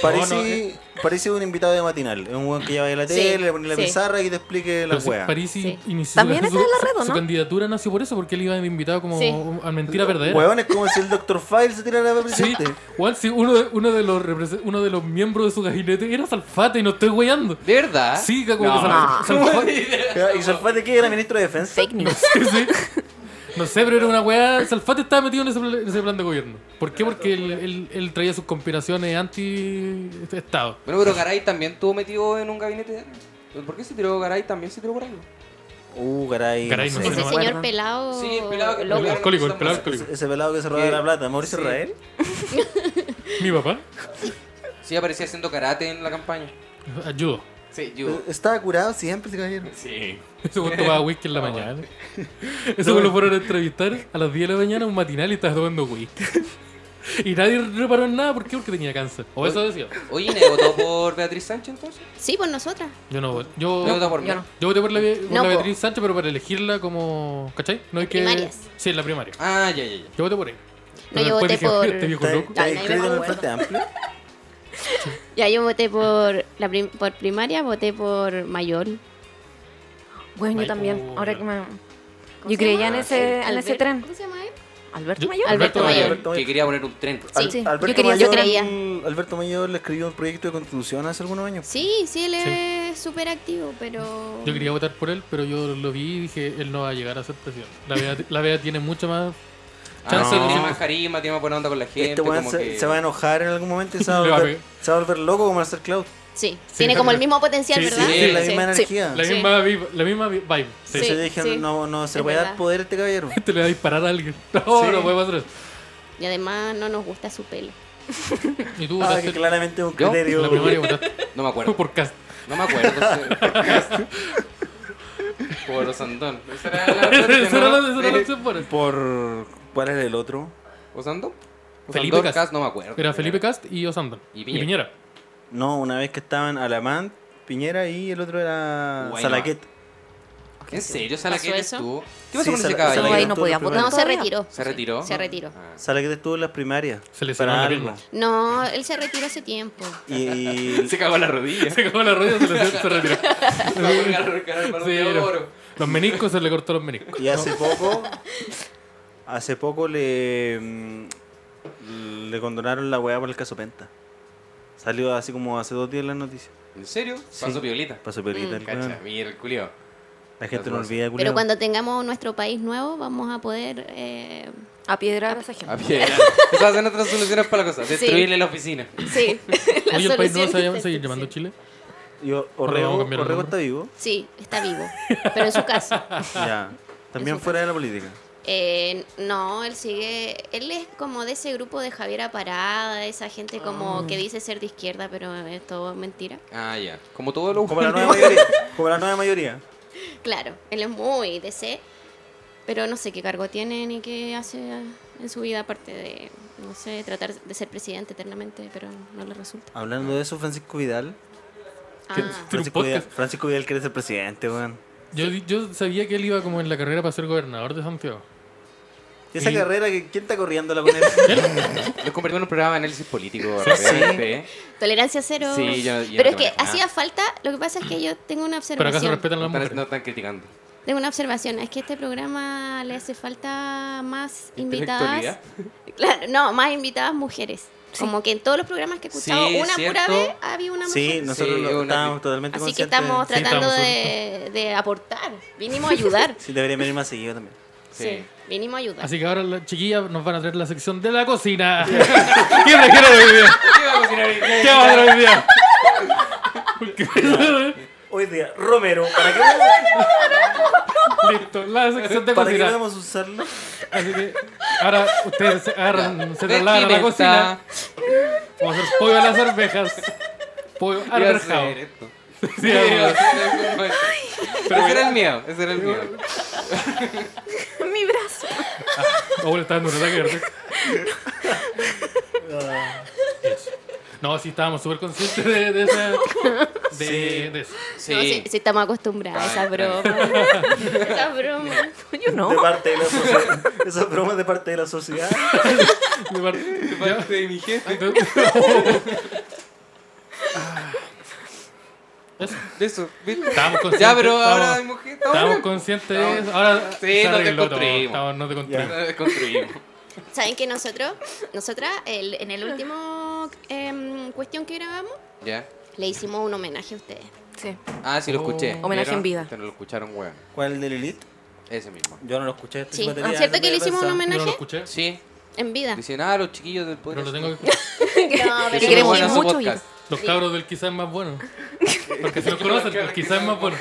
Parisi, No, no, eh. Parisi es un invitado de matinal. Es un weón que lleva ahí la Sí, tele, le pone la sí. pizarra y te explique Pero la sí, weá. Parisi Sí. inició También su, está en la red, su- ¿o su no? candidatura nació por eso, porque él iba invitado como Sí. a mentira verdadera. Weón, es como si el Dr. File se tirara a Sí, presidente. igual sí, uno de, uno, de los represe- uno de los miembros de su gabinete era Salfate y no estoy weyando. ¿De verdad? Sí, como que No. Salfate, Salfate- Ya, ¿Y Salfate qué? ¿Era ministro de defensa? fake No news. sé, sí. No sé, pero era una weá. Salfate estaba metido en ese, pla- en ese plan de gobierno. ¿Por qué? Porque él, él- él traía sus conspiraciones anti-Estado. Bueno, pero Garay también estuvo metido en un gabinete. ¿Por qué se tiró Garay? También se tiró por ahí. Uh, caray. Garay, no Ese me señor acuerdo. pelado. Sí, el pelado que loco. El alcohólico, el pelado alcohólico. Ese pelado que se roba ¿Qué? la plata, Mauricio Sí. Israel. Mi papá, Sí, aparecía haciendo karate en la campaña. ayudo. Sí, yo. Eh, Estaba curado siempre ese caballero. Sí. Ese güey tomaba whisky en la mañana. Ese güey lo fueron a entrevistar a las 10 de la mañana un matinal y estaba tomando whisky. Y nadie reparó en nada, ¿por qué? Porque tenía cáncer. O eso decía. Oye, ¿y ¿nadie votó por Beatriz Sánchez entonces? Sí, por nosotras. Yo no voy. Yo, ¿Nadie votó por mí? yo no. yo voté por la, por No, la po. Beatriz Sánchez, pero para elegirla como. ¿Cachai? No hay que. primarias. Sí, en la primaria. Ah, ya, ya, ya. Yo voté por él. Pero yo después voté por- Este viejo ¿Está ¿ah? loco. está Ya, nadie me inscrito en el acuerda. Frente Amplio? Ya yo voté por la prim- por primaria, voté por mayor. Eh, Bueno, Ay, yo también. oh, Ahora ya. que me. ¿Cómo Yo se creía en llama? ese, en Albert- ese tren. ¿Cómo se llama él? ¿Alberto Yo- Mayor? Alberto Mayor. Alberto Mayor. Que quería poner un tren. Sí. Sí, Alberto, yo quería- Mayor, yo creía. Alberto Mayor le escribió un proyecto de constitución hace algunos años. Sí, sí, él es súper activo, pero. Yo quería votar por él, pero yo lo vi y dije, él no va a llegar a ser presidente. La Bea, la Bea tiene mucho más Ah, chance sí, de tiene más carisma, tiene más buena onda con la gente. este weón como se, que... se va a enojar en algún momento y se va a Le va a volver, se va a volver loco como hacer Cloud. Sí, Sí, tiene como Javier. el mismo potencial, Sí, ¿verdad? sí, Tiene la Sí. misma energía. La Sí. misma, vibe, la misma vi- vibe. Sí. Entonces Sí, yo dije, sí. no, no se Es le puede dar verdad. poder a este caballero. Te le va a disparar a alguien. No, Sí. no puede pasar eso. Y además no nos gusta su pelo. Y tú Ah, votaste que claramente es un en ¿Yo? la criterio. primaria votaste No me acuerdo. por cast. No me acuerdo. sí. por Osandón. Esa era la opción, Esa era la- esa ¿no? era la Eh, opción por eso. Por. ¿Cuál es el otro? ¿Osandón? Felipe Osandón Cast. Cast, no me acuerdo. Era Felipe Cast y Osandón. Y Y Piñera. Piñera. No, una vez que estaban Alamán, Piñera y el otro era Guayma. Salaquet. ¿En serio? ¿Sala ¿Pasó que eso? estuvo? ¿Qué pasó Sí, con ese Sala- caballo? Salaquet Ahí no estuvo en podía las votar. No, pues, primarias. se Todavía. retiró. ¿Se retiró? Se retiró. Ah. Salaquet estuvo en las primarias. Se lesionó Para la algo. pierna. No, él se retiró hace tiempo. Y, y- Ah. Se cagó en la rodilla. Se cagó la rodilla, se, le- se retiró. Se cagó en la- en el balón Sí, de era. oro. Los meniscos se le cortó los meniscos. y hace poco. Hace poco le. mm, Le condonaron la weá por el caso Penta. Salió así como hace dos días en las noticias. ¿En serio? Sí. Pasó piolita. Pasó pelita el Mm, Cacha, weón. mira el culio. La gente no olvida, Pero culiao. cuando tengamos nuestro país nuevo, vamos a poder. eh, A piedra a esa A gente. piedra. Ah, Esas son otras soluciones para la cosa. Destruirle la oficina. Sí. la Oye, el país no solución se va a es seguir esa, llamando sí. Chile. Y O- Ahora vamos Orrego, a cambiar el Orrego nombre. está vivo. Sí, está vivo. Pero en su casa. Ya. También Eso fuera de la política. Eh, no, él sigue. Él es como de ese grupo de Javier Parada, de esa gente como que dice ser de izquierda, pero es todo mentira. Ah, ya. Como todo lo Como la nueva mayoría. Como la nueva mayoría. Claro, él es muy DC, pero no sé qué cargo tiene ni qué hace en su vida, aparte de, no sé, tratar de ser presidente eternamente, pero no le resulta. Hablando de eso, Francisco Vidal. Ah, Tiene un Francisco Vidal, podcast. Francisco Vidal quiere ser presidente, weón. Yo, yo sabía que él iba como en la carrera para ser gobernador de Santiago. Y esa Y- carrera, que- ¿quién está corriendo la con él? Los convertimos en un programa de análisis político. realmente, ¿eh? tolerancia cero. Sí, yo- yo pero no es te que manejo nada. hacía falta, lo que pasa es que yo tengo una Pero acá se observación. respetan No las están, no mujeres. están criticando. Tengo una observación, es que a este programa le hace falta más invitadas. Claro, no, más invitadas mujeres. Como que en todos los programas que he escuchado, Sí, una pura cierto. vez había una mujer. Sí, nosotros Sí, lo- una- estábamos totalmente Así que conscientes. estamos Sí, estamos tratando de, de aportar, vinimos a ayudar. Sí, debería venir más seguido también. Sí. Sí, vinimos a ayudar. Así que ahora las chiquillas nos van a traer la sección de la cocina. ¿Qué trajeron hoy día? ¿Qué va a cocinar hoy? ¿Qué va a traer hoy día? Porque- Hoy día, Romero, ¿para qué, Listo, la sección de ¿para qué cocina. podemos usarlo? Así que ahora ustedes se agarran, se trasladan a la cocina. Vestimenta. Vamos a hacer pollo a las arvejas. Pollo Iba a hacer arvejado. esto. Sí, Sí, iba a vamos. hacer esto. Ese era el mío. Ese era el mío. Mi brazo. Abuela Oh, está dando un ataque cardíaco. Ah. Eso. No, sí, estábamos súper conscientes de, de, esa- de, Sí. de eso. No, sí, Sí. sí estamos acostumbrados a esas Claro, bromas. esas bromas. Yo no. De parte de la sociedad. Esas bromas de parte de la sociedad. De parte- De parte de mi jefe. ah, De eso. ¿viste? Estábamos conscientes. Ya, pero estábamos- ahora hay mujer. Estábamos Ahora conscientes de Estábamos- eso. Ahora Sí, se nos arregló todo. desconstruimos. Estábamos- nos desconstruimos. Nos desconstruimos. ¿Saben que nosotros, nosotras, el- en el último em, cuestión que grabamos, Ya. le hicimos un homenaje a ustedes? Sí. Ah, sí, lo escuché. Oh. Homenaje en ¿Vieron? vida. Te lo escucharon, weón. ¿Cuál del Elite? Ese mismo. Yo no lo escuché. estoy Sí. batería, Ah, ¿cierto no que le tenía hicimos un pensado. Yo no lo homenaje escuché, Sí. en vida? Dicen, ah, los chiquillos del poder. pero lo tengo que No, Te pero queremos dijimos- mucho, podcast. Los Sí. cabros del quizás más bueno. Porque si lo conocen, pues quizás es más bueno.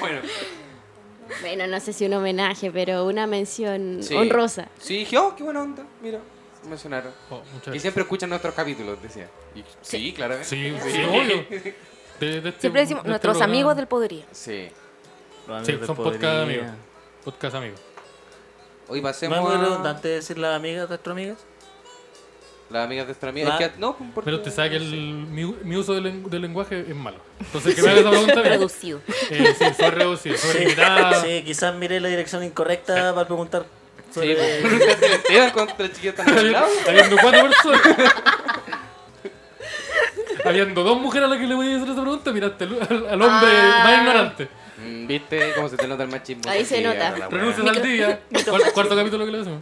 Bueno, no sé si un homenaje, pero una mención Sí. honrosa. Sí, dije, oh, qué buena onda. Mira, mencionaron. Oh, muchas Y gracias. siempre escuchan nuestros capítulos, decía. Y- sí, claramente. Sí, sí, obvio. De- de este- Siempre decimos, de este nuestros programa. amigos del poderío. Sí. Sí, son podcast amigos. Podcast amigos. Hoy pasemos ¿Más a redundante decir las amigas de nuestras amigas? las amigas de nuestra amiga. Ah. Es que, no, porque... Pero te sabe que el, mi, mi uso del, len- del lenguaje es malo. Entonces, que me hagas esa pregunta. bien. Reducido. Eh, sí, soy reducido, soy limitada. Sí, quizás miré la dirección incorrecta para preguntar Sí, sobre... pues. Esteban contra el chiquillo tan al lado. Habiendo cuatro personas. Habiendo dos mujeres a las que le voy a hacer esa pregunta, miraste al, al- al hombre Ah. más ignorante. Mm, ¿Viste cómo se te nota el machismo? Ahí se Sí, nota. ahora la weá. Renuncia al día. Cuarto, cuarto capítulo que le decimos.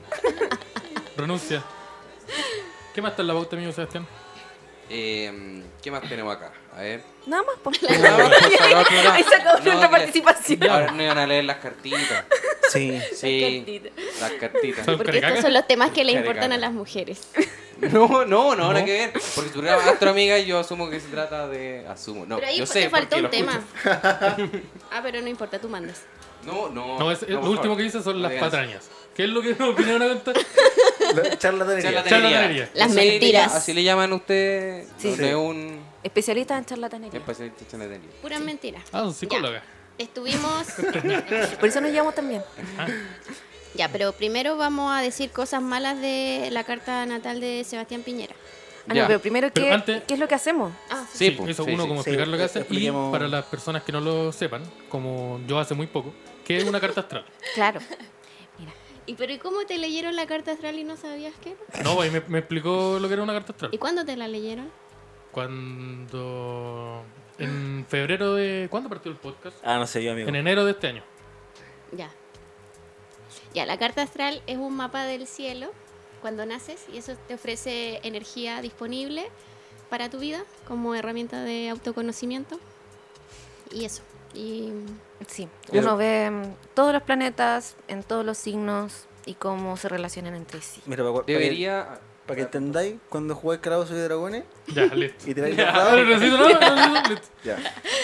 Renuncia. ¿Qué más está en la pauta, amigo Sebastián? Eh, ¿Qué más tenemos acá? A ver. Nada más, pues. Ahí Ahí se acabó nuestra participación. Ahora no iban a leer las cartitas. Sí. Sí, las cartitas. Son Porque caricatas. estos son los temas que le Caricatas. importan a las mujeres. No, no, no, nada No. que ver. Porque tu programa Astro Amiga, yo asumo que se trata de. Asumo, no. pero ahí yo fa- sé te faltó porque un lo tema. escucho. ah, pero no importa, tú mandas. No, no. No, es, es- por lo último favor. que dice son No las digas eso. patrañas. ¿Qué es lo que nos vinieron a contar? La charlatanería. Charlatanería. Charlatanería. Las Así le- mentiras. Así le llaman a usted. Sí. Sí. Sí. De un. Especialista en charlatanería. especialista en charlatanería. Pura mentira. Ah, son psicólogas. Estuvimos. Por eso nos llamamos también. ya, pero primero vamos a decir cosas malas de la carta natal de Sebastián Piñera. Ah, Ya. no, pero primero, Pero ¿qué, antes- ¿qué es lo que hacemos? Ah, sí. Sí, Sí, pues, eso sí, uno sí, como sí. explicar lo que Eh, hace y expliquemos- para las personas que no lo sepan, como yo hace muy poco, ¿qué es una carta astral? Claro. ¿Y pero ¿y cómo te leyeron la carta astral y no sabías qué? era? No, pues ahí me, me explicó lo que era una carta astral. ¿Y cuándo te la leyeron? Cuando. En febrero de. ¿Cuándo partió el podcast? Ah, no sé yo, amigo. En enero de este año. Ya. Ya, la carta astral es un mapa del cielo cuando naces y eso te ofrece energía disponible para tu vida como herramienta de autoconocimiento. Y eso. Y Sí. Pero- Uno ve mm, todos los planetas en todos los signos y cómo se relacionan entre sí. Mira, para, Debería. que, para que entendáis, cuando jugáis Calabozos y Dragones, Ya, listo. y tiráis los Ah, no dados... necesito nada, no necesito- listo. Ya.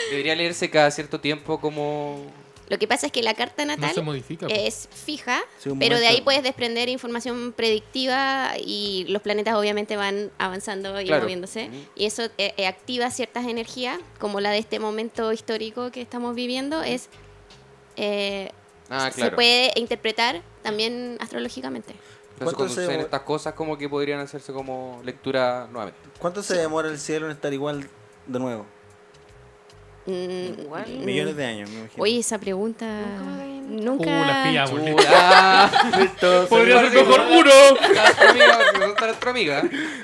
Debería leerse cada cierto tiempo como. lo que pasa es que la carta No natal eh, se modifica. po. es fija, Sí, un pero de momento- ahí puedes desprender información predictiva y los planetas obviamente van avanzando y Claro. moviéndose. Ujú. Y eso eh, eh, activa ciertas energías, como la de este momento histórico que estamos viviendo, es eh, Ah, se claro. puede interpretar también astrológicamente. Entonces, ¿Cuánto cuando se suceden demora? estas cosas, como que podrían hacerse como lectura nuevamente. ¿Cuánto se demora el cielo en estar igual de nuevo? Mm, Igual. Millones de años, me imagino. Oye, esa pregunta Uh, nunca... las pillamos. listo. ¡Chula! Podría ser Sí, mejor sí. uno. Nuestra amiga, porque está nuestra amiga.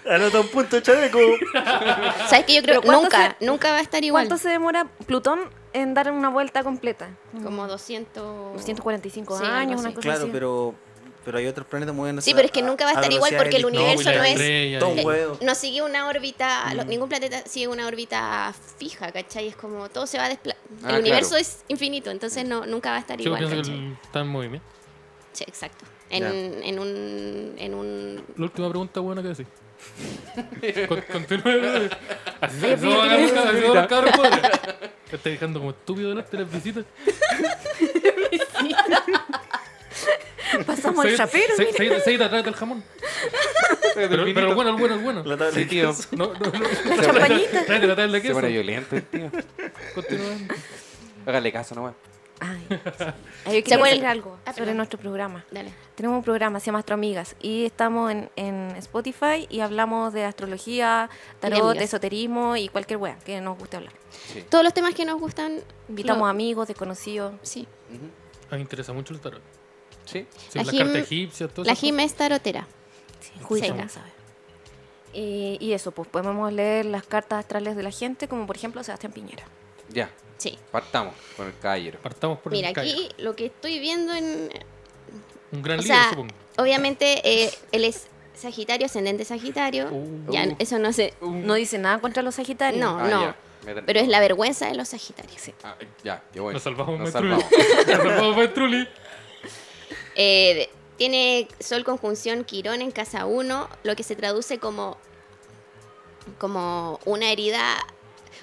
Anota un punto, chaleco. ¿Sabes que Yo creo Pero ¿cuánto nunca, se- nunca va a estar igual. ¿Cuánto se demora Plutón en dar una vuelta completa? Como 200... 145 Sí, algo años, una así. cosa Claro, así. pero, pero hay otros planetas moviéndose. Sí, pero es que nunca va a estar igual velocidades porque el distintas. universo No, y no las es- estrellas, Todo y- un huevo. no sigue una órbita, Mm. lo- ningún planeta sigue una órbita fija, ¿cachai? Es como todo se va a despla- Ah, El claro. universo es infinito, entonces no, nunca va a estar Mm. Sí, igual. yo pienso que ¿cachai? el- está en movimiento. Sí, exacto. En, en un. En un La última pregunta buena que decís. Con- Continúe. Así se Ay, así se va a mira, ganar- así se va a buscar responder. Te estoy dejando como estúpido delante de las visitas. Pasamos el chapero. Se- se- se- se- atrás del jamón. Pero, pero bueno, el bueno, el bueno. La tabla Sí, de- tío. No, no, no. Champañita. Tráete la tabla de Se queso. pone violento, el tío. Continúa. Hágale caso nomás. Ay, Ay, yo ¿Se quería acuerdan? decir algo Ah, sobre perdón. nuestro programa. dale. Tenemos un programa, se llama Astroamigas, y estamos en, en Spotify y hablamos de astrología, tarot, amigas. esoterismo y cualquier wea que nos guste hablar. Sí. Todos los temas que nos gustan. Invitamos lo- amigos, desconocidos. Sí. A Ujú. mí me Ah, interesa mucho el tarot. Sí. Sí, La las Jim- cartas egipcias, todo La eso. Jime es tarotera. Sí, juicio, Seca. sabe. Y, y eso, pues podemos leer las cartas astrales de la gente, como por ejemplo Sebastián Piñera. Ya, Sí. partamos con el caballero. Partamos por Mira, el callo. aquí lo que estoy viendo en. Un gran O líder, sea, supongo. obviamente eh, él es Sagitario, ascendente Sagitario. Uh, ya, uh. eso no sé. No dice nada contra los Sagitarios. No, Ah, no. ya. Me tra- Pero es la vergüenza de los Sagitarios. Ah, ya, qué bueno. Nos salvamos, Nos Metruli. Nos salvamos. salvamos, Metruli. Eh, tiene Sol conjunción Quirón en casa 1, lo que se traduce como, como una herida,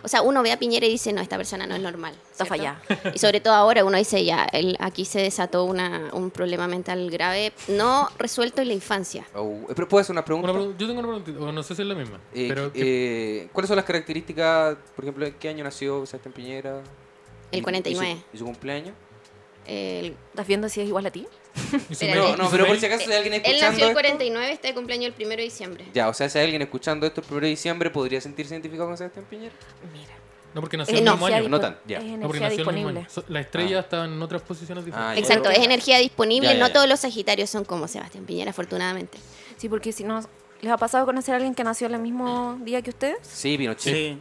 O sea, uno ve a Piñera y dice, no, esta persona no es normal. Está ¿cierto? fallada. Y sobre todo ahora uno dice, ya, él- aquí se desató una, un problema mental grave, no resuelto en la infancia. Oh, eh, pero puedo hacer una pregunta. Una pregu- yo tengo una preguntita, o no sé si es la misma. Eh, pero que- eh, ¿Cuáles son las características, por ejemplo, en qué año nació Sebastián Piñera? El ¿Y- 49. ¿Y su, y su cumpleaños? El, ¿Estás viendo si es igual a ti? ¿y su espérate. mail? No, ¿Y no, su pero por mail? si acaso si alguien Eh, él escuchando nació el esto- 49, está de cumpleaños el 1 de diciembre. Ya, o sea, si hay alguien escuchando esto el 1 de diciembre, ¿podría sentirse identificado con Sebastián Piñera? Mira. No, porque nació Eh, el no, mismo si año. hay- No tan, ya. Es No, porque energía nació el mismo año. disponible. So- La estrella estaba en otras posiciones Ah, diferentes. ya. Exacto, es energía disponible, Ya, ya, no ya. todos los Sagitarios son como Sebastián Piñera, afortunadamente. Sí, porque si no, ¿les ha pasado conocer a alguien que nació el mismo día que ustedes? Sí, Pinochet. Sí.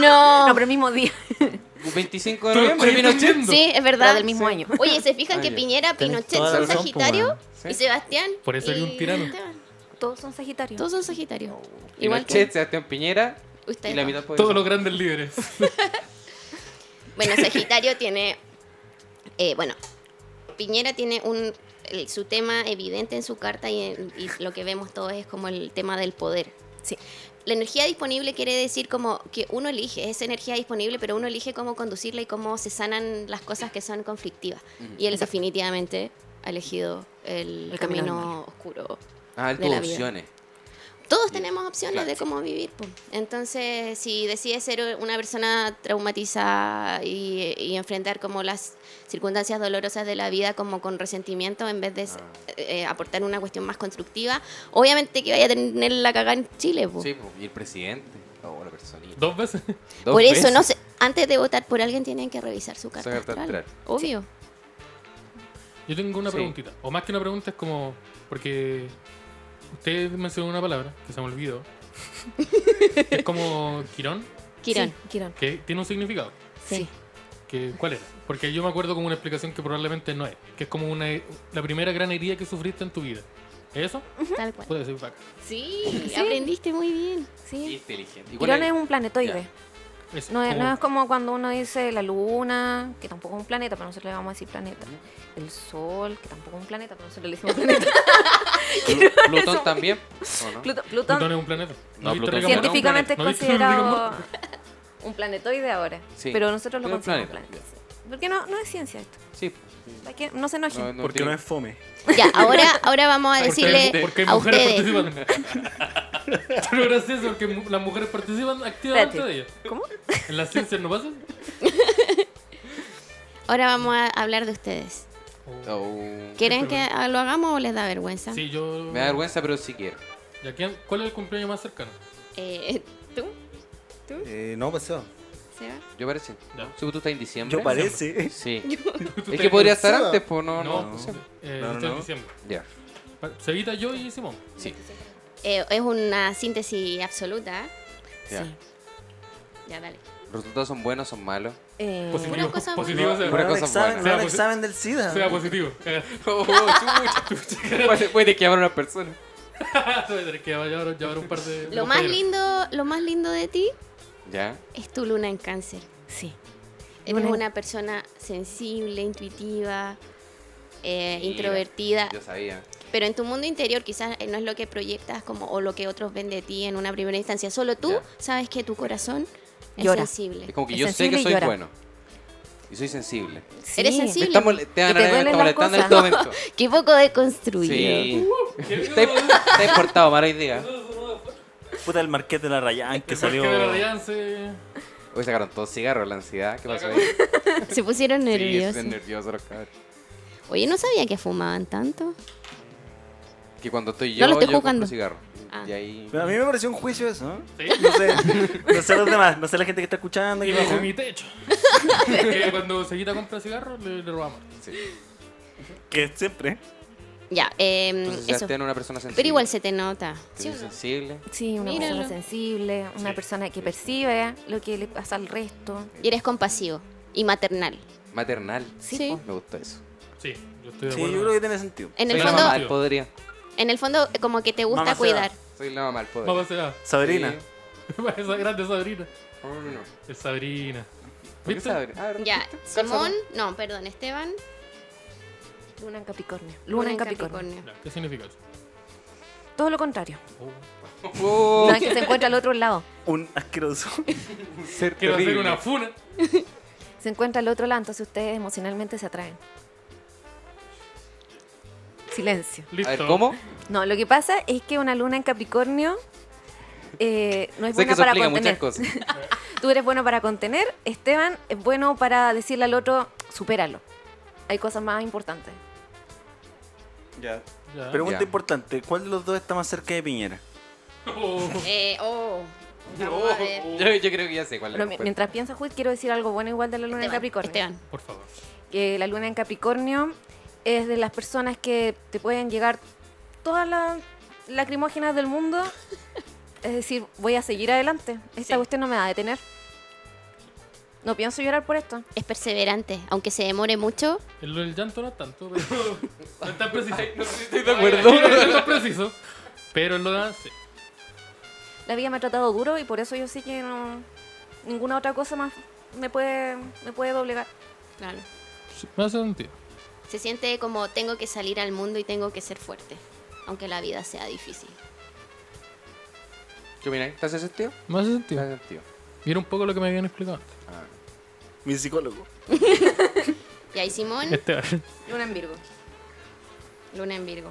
No, pero el mismo día. Un 25 de Pero noviembre, estoy Pinochet. entendiendo. Sí, es verdad. Pero del mismo año. Oye, ¿se fijan Ah, que ya. Piñera, Tenés Pinochet toda la son razón, po, Sagitario weón. Sí. y Sebastián? Por eso era y un tirano. Esteban. Todos son Sagitario. Todos son Sagitario. Igual Pinochet, que Sebastián Piñera ustedes. y la dos. mitad Todos poderosa. los grandes líderes. Bueno, Sagitario tiene. eh, bueno, Piñera tiene un. el- su tema evidente en su carta y, en- y lo que vemos todos es como el tema del poder. Sí. La energía disponible quiere decir como que uno elige, es energía disponible, pero uno elige cómo conducirla y cómo se sanan las cosas que son conflictivas. Y él definitivamente ha elegido el, El camino camino, del mal. oscuro. Ah, él de tuvo la vida. opciones. Todos Y- tenemos opciones claro. de cómo vivir. po. Entonces, si decides ser una persona traumatizada y, y enfrentar como las circunstancias dolorosas de la vida como con resentimiento en vez de eh, eh, aportar una cuestión más constructiva, obviamente que vaya a tener la cagada en Chile. po. Sí, po, y el presidente. Oh, la personita. Dos veces. Dos por eso, veces. no sé, antes de votar por alguien tienen que revisar su carta carta astral. astral. Obvio. Yo tengo una Sí. preguntita. O más que una pregunta es como. Porque. Usted mencionó una palabra que se me olvidó. Que es como Quirón, Quirón. Sí, Quirón. que tiene un significado. Sí. Que, ¿Cuál era? Porque yo me acuerdo como una explicación que probablemente no es. Que es como una, la primera gran herida que sufriste en tu vida. ¿Eso? Tal cual. Puede ser vaca. Sí, aprendiste muy bien. Sí. Inteligente. ¿Y cuál Quirón es un planetoide. Ya. Es No es, como- no es como cuando uno dice la luna, que tampoco es un planeta, pero nosotros le vamos a decir planeta. El sol, que tampoco es un planeta, pero nosotros le decimos planeta. Plu- Plutón también. ¿o no? Plutón, Plutón Plutón es un planeta. No, viste Plutón Rick and Morty? no. científicamente es ¿No viste Rick and considerado Morty? un planetoide ahora. Sí. Pero nosotros lo Pero un consideramos planeta, planeta. sí. Porque no, no es ciencia esto. Sí. pues, ¿Para qué? No se Ah, enojen. No, no Porque tiene- no es fome. Ya, ahora, ahora vamos a Porque decirle hay- porque hay a mujeres ustedes. participan. Pero gracias porque mu- las mujeres participan activamente Espérate. de ellas. ¿Cómo? ¿En las ciencias no pasa? Ahora vamos a hablar de ustedes. Oh. Oh. ¿Quieren que pena. ah, lo hagamos o les da vergüenza? Sí, yo. Me da vergüenza, pero sí quiero. ¿Y a quién- ¿Cuál es el cumpleaños más cercano? Eh, ¿Tú? Eh, no, pasó. Seba. Yo parece. Ya. Sí, pues tú estás en diciembre. Yo parece. Sí. Tú Es que tenés- podría estar Seba. antes, pues no, No, no. no, sé. eh, No, no, está en no. diciembre. Ya. Pa- Cevita, yo y Simón. Sí. Eh, es una síntesis absoluta. ¿eh? Ya. Sí. Ya, dale. ¿Los resultados son buenos son malos? Eh, Positivo. Pura cosa positivo buena. sea, No era el cosa examen, buena. no era el Sea posi- examen del SIDA. sea positivo. Caga. Oh, chucha. Puede- Puede que abra una persona. Voy a tener que llevar, llevar un par de. Lo compañeros. más lindo, lo más lindo de ti Ya. es tu luna en cáncer. sí. Eres Luna en- una persona sensible, intuitiva, eh, Mira, introvertida. Yo sabía. Pero en tu mundo interior quizás eh, no es lo que proyectas como o lo que otros ven de ti en una primera instancia. Solo tú Ya. sabes que tu corazón es Llora. sensible. Es como que Es yo sé sensible que y soy llora. bueno. Y soy sensible. Sí. Eres sensible. Me está mole- te van Y te a- me duelen está las molestando en este cosas. momento. Qué poco deconstruido. Sí. Te te he portado mal hoy día. Puta el marquete de la Rayan que El salió. Parque de la Alianza. Hoy sacaron todos cigarros la ansiedad. ¿Qué pasó ahí? Se pusieron Sí, nerviosos. estoy nervioso los cabros. Oye, no sabía que fumaban tanto. Que cuando estoy yo, No lo estoy yo compro juzgando. cigarro. Ah. Y ahí... Pero a mí me pareció un juicio eso, ¿no? Sí. No sé, no sé los demás, no sé la gente que está escuchando. Y que- bajo mi techo. Porque cuando Cevita compra cigarros, le, le robamos. Sí. Que siempre. Ya, eh, Entonces eso. Sebastián es una persona sensible. Pero igual se te nota. Soy sensible. Sí, una Míralo. persona sensible, una Sí. persona que percibe lo que le pasa al resto. Y eres compasivo y maternal. Maternal. Oh, Sí. Me gustó eso. Sí, yo estoy de Sí, acuerdo. yo creo que tiene sentido. En el Soy Sí, la fondo, mamá mamá. al podría. en el fondo eh, como que te gusta Mamá se cuidar. Soy la mamá al Vamos podría. a hacer ah, nada. Sabrina. Esa grande Sabrina. No, no, no. Es Sabrina. ¿Por qué ¿Viste? Sabrina? Ah, Ya, ¿viste? Simón, no, perdón, Esteban. Luna en Capricornio. Luna en Capricornio. Capricornio. Ya, ¿Qué significa eso? Todo lo contrario. Oh, No es que se encuentra al otro lado. Un asqueroso. un ser Quiero hacer terrible. una funa. Se encuentra al otro lado, entonces ustedes emocionalmente se atraen. Silencio. Listo. A ver, ¿cómo? No, lo que pasa es que una luna en Capricornio eh, no es Sé que buena eso para explica muchas contener. cosas. Tú eres bueno para contener, Esteban es bueno para decirle al otro, supéralo. Hay cosas más importantes. ya. Ya. Pregunta Ya. importante: ¿cuál de los dos está más cerca de Piñera? Oh. Eh, oh. Vamos a ver. Yo, yo creo que ya sé cuál es. la Pero mi- respuesta. mientras piensa, Juiz, quiero decir algo bueno igual de la luna en Esteban, Capricornio. Esteban. Por favor. que la luna en Capricornio es de las personas que te pueden llegar todas las lacrimógenas del mundo. Es decir, voy a seguir adelante. Esta Sí. cuestión no me va a detener. No pienso llorar por esto. Es perseverante, aunque se demore mucho. El, el llanto no es tanto, pero. No es tan preciso. No sé si estoy de Ay, acuerdo. No es tan preciso. Pero en lo demás, sí. La vida me ha tratado duro y por eso yo sé que no, ninguna otra cosa más me puede, me puede doblegar. Claro. me hace sentido. Se siente como tengo que salir al mundo y tengo que ser fuerte, aunque la vida sea difícil. ¿Qué opináis? ¿Te hace sentido? Me hace Te sentido. hace sentido. Y era un poco lo que me habían explicado antes. Mi psicólogo. Y ahí Simón, Este, Luna en Virgo. Luna en Virgo.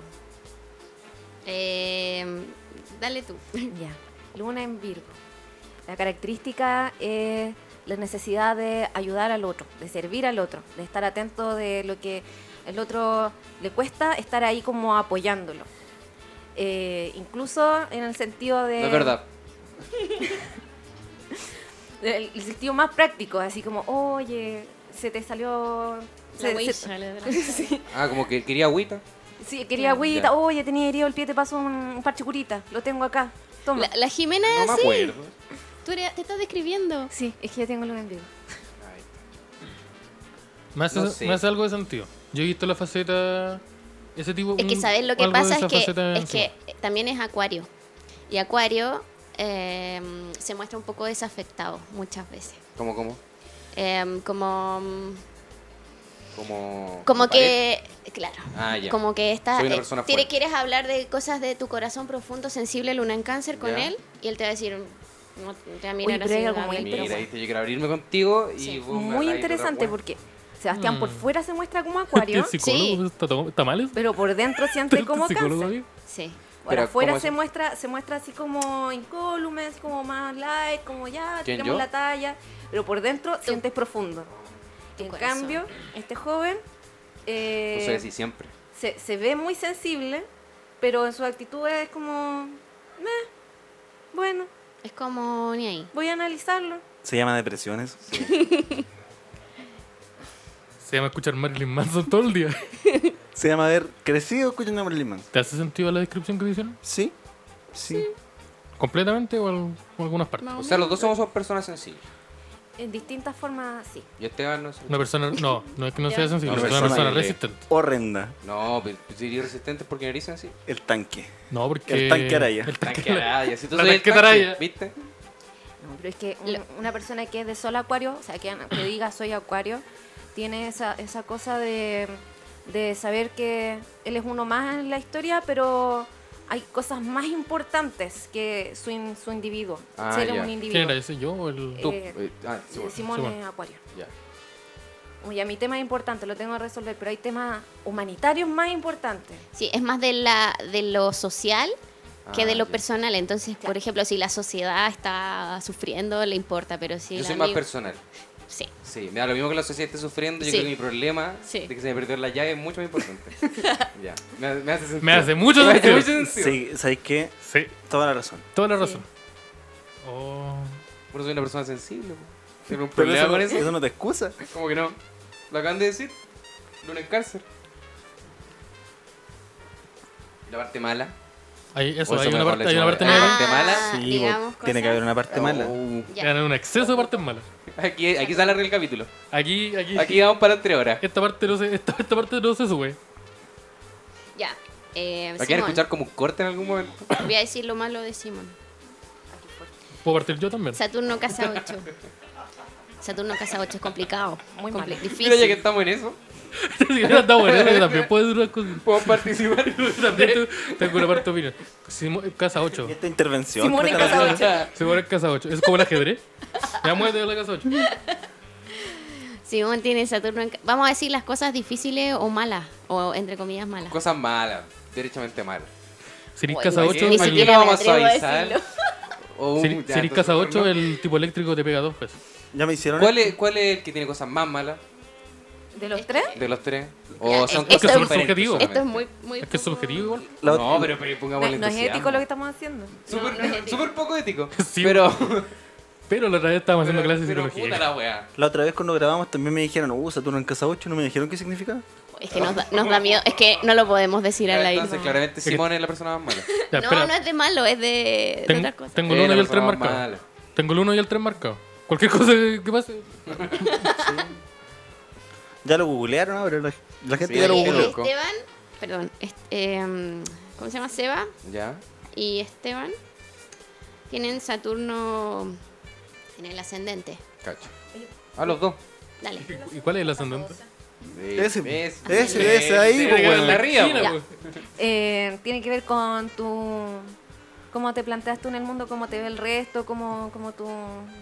Eh, dale tú. Ya, luna en Virgo. La característica es la necesidad de ayudar al otro, de servir al otro, de estar atento de lo que el otro le cuesta, estar ahí como apoyándolo. Eh, incluso en el sentido de... No es verdad. del- el sentido más práctico, así como, oye, se te salió... La se- Weisha, se- la de la- sí, Ah, como que quería agüita. Eh, sí, quería agüita, Ya. oye, tenía herido el pie, te paso un, un parche curita, lo tengo acá, toma. La, la Jimena No es me así. acuerdo. Tú eres- te estás describiendo. Sí, es que yo tengo luna en Virgo. Ahí está. me, hace, No sé. me hace algo de sentido. Yo he visto la faceta. Ese tipo. Es que Mm, un- sabes lo que algo de pasa es esa que, faceta es que encima. también es Acuario. Y Acuario eh, se muestra un poco desafectado muchas veces. ¿Cómo, cómo? Eh, como Como, como pared. que claro Ah, ya. como que estás Soy una eh, persona tiene- fuerte. quieres hablar de cosas de tu corazón profundo sensible luna en cáncer con Ya. él y él te va a decir no te va a Uy, mirar pero así, hay algo va a muy hablar, pero Mira, bueno. viste, yo quiero abrirme contigo y Sí. vos me Muy habláis de otra interesante wea. porque Sebastián por Mm. fuera se muestra como ¿Qué acuario, psicólogo? pues, Sí. ¿Está, to- está mal eso? pero por dentro siente como este ¿Psicólogo cáncer. ahí? sí Por Pero, afuera ¿cómo se es? muestra, se muestra así como incólume, así como más light, como ya, ¿Quién, tiramos yo? la talla, pero por dentro sientes profundo. Tu En corazón. cambio, este joven eh, No sé si siempre. se, se ve muy sensible, pero en su actitud es como, "Meh, bueno, es como ni ahí voy a analizarlo. Se llama depresión eso. Se llama escuchar Marilyn Manson todo el día. Se llama haber crecido escuchando a Marilyn Manson. ¿Te hace sentido la descripción que te hicieron? ¿Sí? Sí. ¿Completamente o, al- o algunas partes? Más O sea, los dos somos personas sencillas. En distintas formas, sí. Y Esteban no es Una persona. No, no es que no sea Ya. sensible, Una es una persona persona que- resistente. Horrenda. No, pero sería resistente porque no eres sencillo. El tanque. No, porque. El tanque araya. El tanque Tanque araya, si tú La soy el tanque tanque, araya. ¿viste? No, pero es que un- una persona que es de sol acuario, o sea, que, que diga soy acuario, tiene esa, esa cosa de, de saber que él es uno más en la historia, pero hay cosas más importantes que su, in- su individuo. Ah, ser ya. un ¿Quién individuo. era ese? ¿Yo o el.? Tú. Eh, eh, ah, sí, bueno, Simón Simón. es acuario. ya. Oye, mi tema es importante, lo tengo que resolver, pero hay temas humanitarios más importantes. sí es más de la de lo social que Ah, de lo ya. personal entonces por ejemplo si la sociedad está sufriendo le importa pero si Yo el soy más amigo- personal. sí Sí, me da lo mismo que la sociedad esté sufriendo. Yo Sí. creo que mi problema Sí. de que se me perdió la llave es mucho más importante. ya. Me, me hace sentido. Me hace mucho Me hace sentido. mucho sentido. Sí, ¿sabéis qué? Sí, Toda la razón. toda la razón. Oh. Por eso soy una persona sensible. po. Tengo un Pero problema eso, con no- eso. eso no te excusa. Como que no. Lo acaban de decir. Luna en cárcel. La parte mala. Hay, O eso, eso hay una mejor parte, le hay una echamos parte la negra. parte mala? Sí, digamos bo, tiene que cosas- haber una parte mala. Oh. Ah, Ya. Eran un exceso de partes malas. Aquí, aquí se alarga el capítulo. Aquí, aquí, Aquí vamos para tres horas. Esta parte no se, esta, esta parte no se sube. ya eh, ¿La quieren Simón. escuchar como un corte en algún momento? voy a decir lo malo de Simón Puedo partir yo también. Saturno casa 8. Saturno casa 8 es complicado. Muy compli- malo. Difícil. Mira, ya que estamos en eso. Si hubiera estado bueno, yo también puede durar con... Puedo participar. También te- tengo una parte de opinión. Simo- Casa 8. Y esta intervención. Simón que en me están casa haciendo- Se muere en casa 8. Es como el ajedrez. Ya muévete de la casa 8. Simón tiene Saturno en ca- Vamos a decir las cosas difíciles o malas, o entre comillas malas. Cosas malas, derechamente malas. Si eres Oye, casa ni 8, Ni Ni el, siquiera siquiera me vamos a atrevo a avisar. decirlo. O un- si ya, eres- si eres entonces, casa no. 8, el tipo eléctrico te pega dos pues. pesos. Ya me hicieron. ¿Cuál es, ¿Cuál es el que tiene cosas más malas ¿De los tres? de los tres? Ya, ¿O es- son esto cosas es- diferentes subjetivo. solamente? Esto es muy, muy Es que es poco- subjetivo igual. La ot- No, pero, pero No, pongámosle no es ético lo que estamos haciendo. Súper, No, no es ético. súper poco ético. Sí, pero, Pero la otra vez estábamos pero, haciendo clases de pero psicología. puta la wea. La otra vez cuando grabamos también me dijeron, uh, Saturno en casa 8, no me dijeron qué significa. Es que nos da, nos da miedo, es que no lo podemos decir al Ya, aire. Entonces, claramente Simón es la persona más mala. Ya, no, espera. no es de malo, es de, de Ten- otras cosas. tengo el Sí, 1 la y el 3 persona más marcados. mala. Tengo el 1 y el 3 marcados. Cualquier cosa que que pase. Ya lo googlearon ahora, la, la gente Sí, ya lo qué Oye, googleó. loco. Esteban, perdón, est- eh, ¿cómo se llama? Seba ¿Ya? y Esteban tienen Saturno en el ascendente. Cacho. A los dos. Dale. ¿Y cuál es el ascendente? Ese, ese, ese ahí, ese, pues, ese, weón. de arriba, Mira, pues. pues. Eh, tiene que ver con tu. cómo te planteas tú en el mundo, cómo te ve el resto, cómo, cómo tu,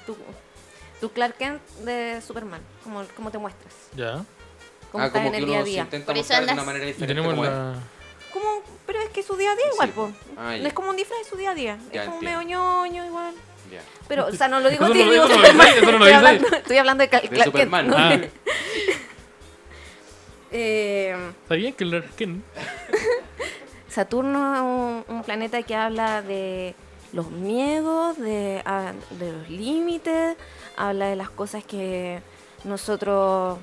tu, tu Clark Kent de Superman, cómo, cómo te muestras, Ya. cómo ah, estás como en que el uno día a se día. intenta Por eso mostrar de andas- una manera Y diferente. tenemos como es. la. Como- pero es que su día a día igual, Sí, po. Ah, No ya. es como un disfraz, es su día a día. Ya, es como entiendo. un medio ñoño igual. Ya. Pero, o sea, no lo digo Eso a ti, no lo- digo eso no lo dice, Superman. eso no lo estoy, dice. hablando, estoy hablando de Cal- De Clark Kent, Superman. ¿no? Ah, Eh, sabía que el Ken. Saturno es un, un planeta que habla de los miedos, de, ah, de los límites, habla de las cosas que nosotros...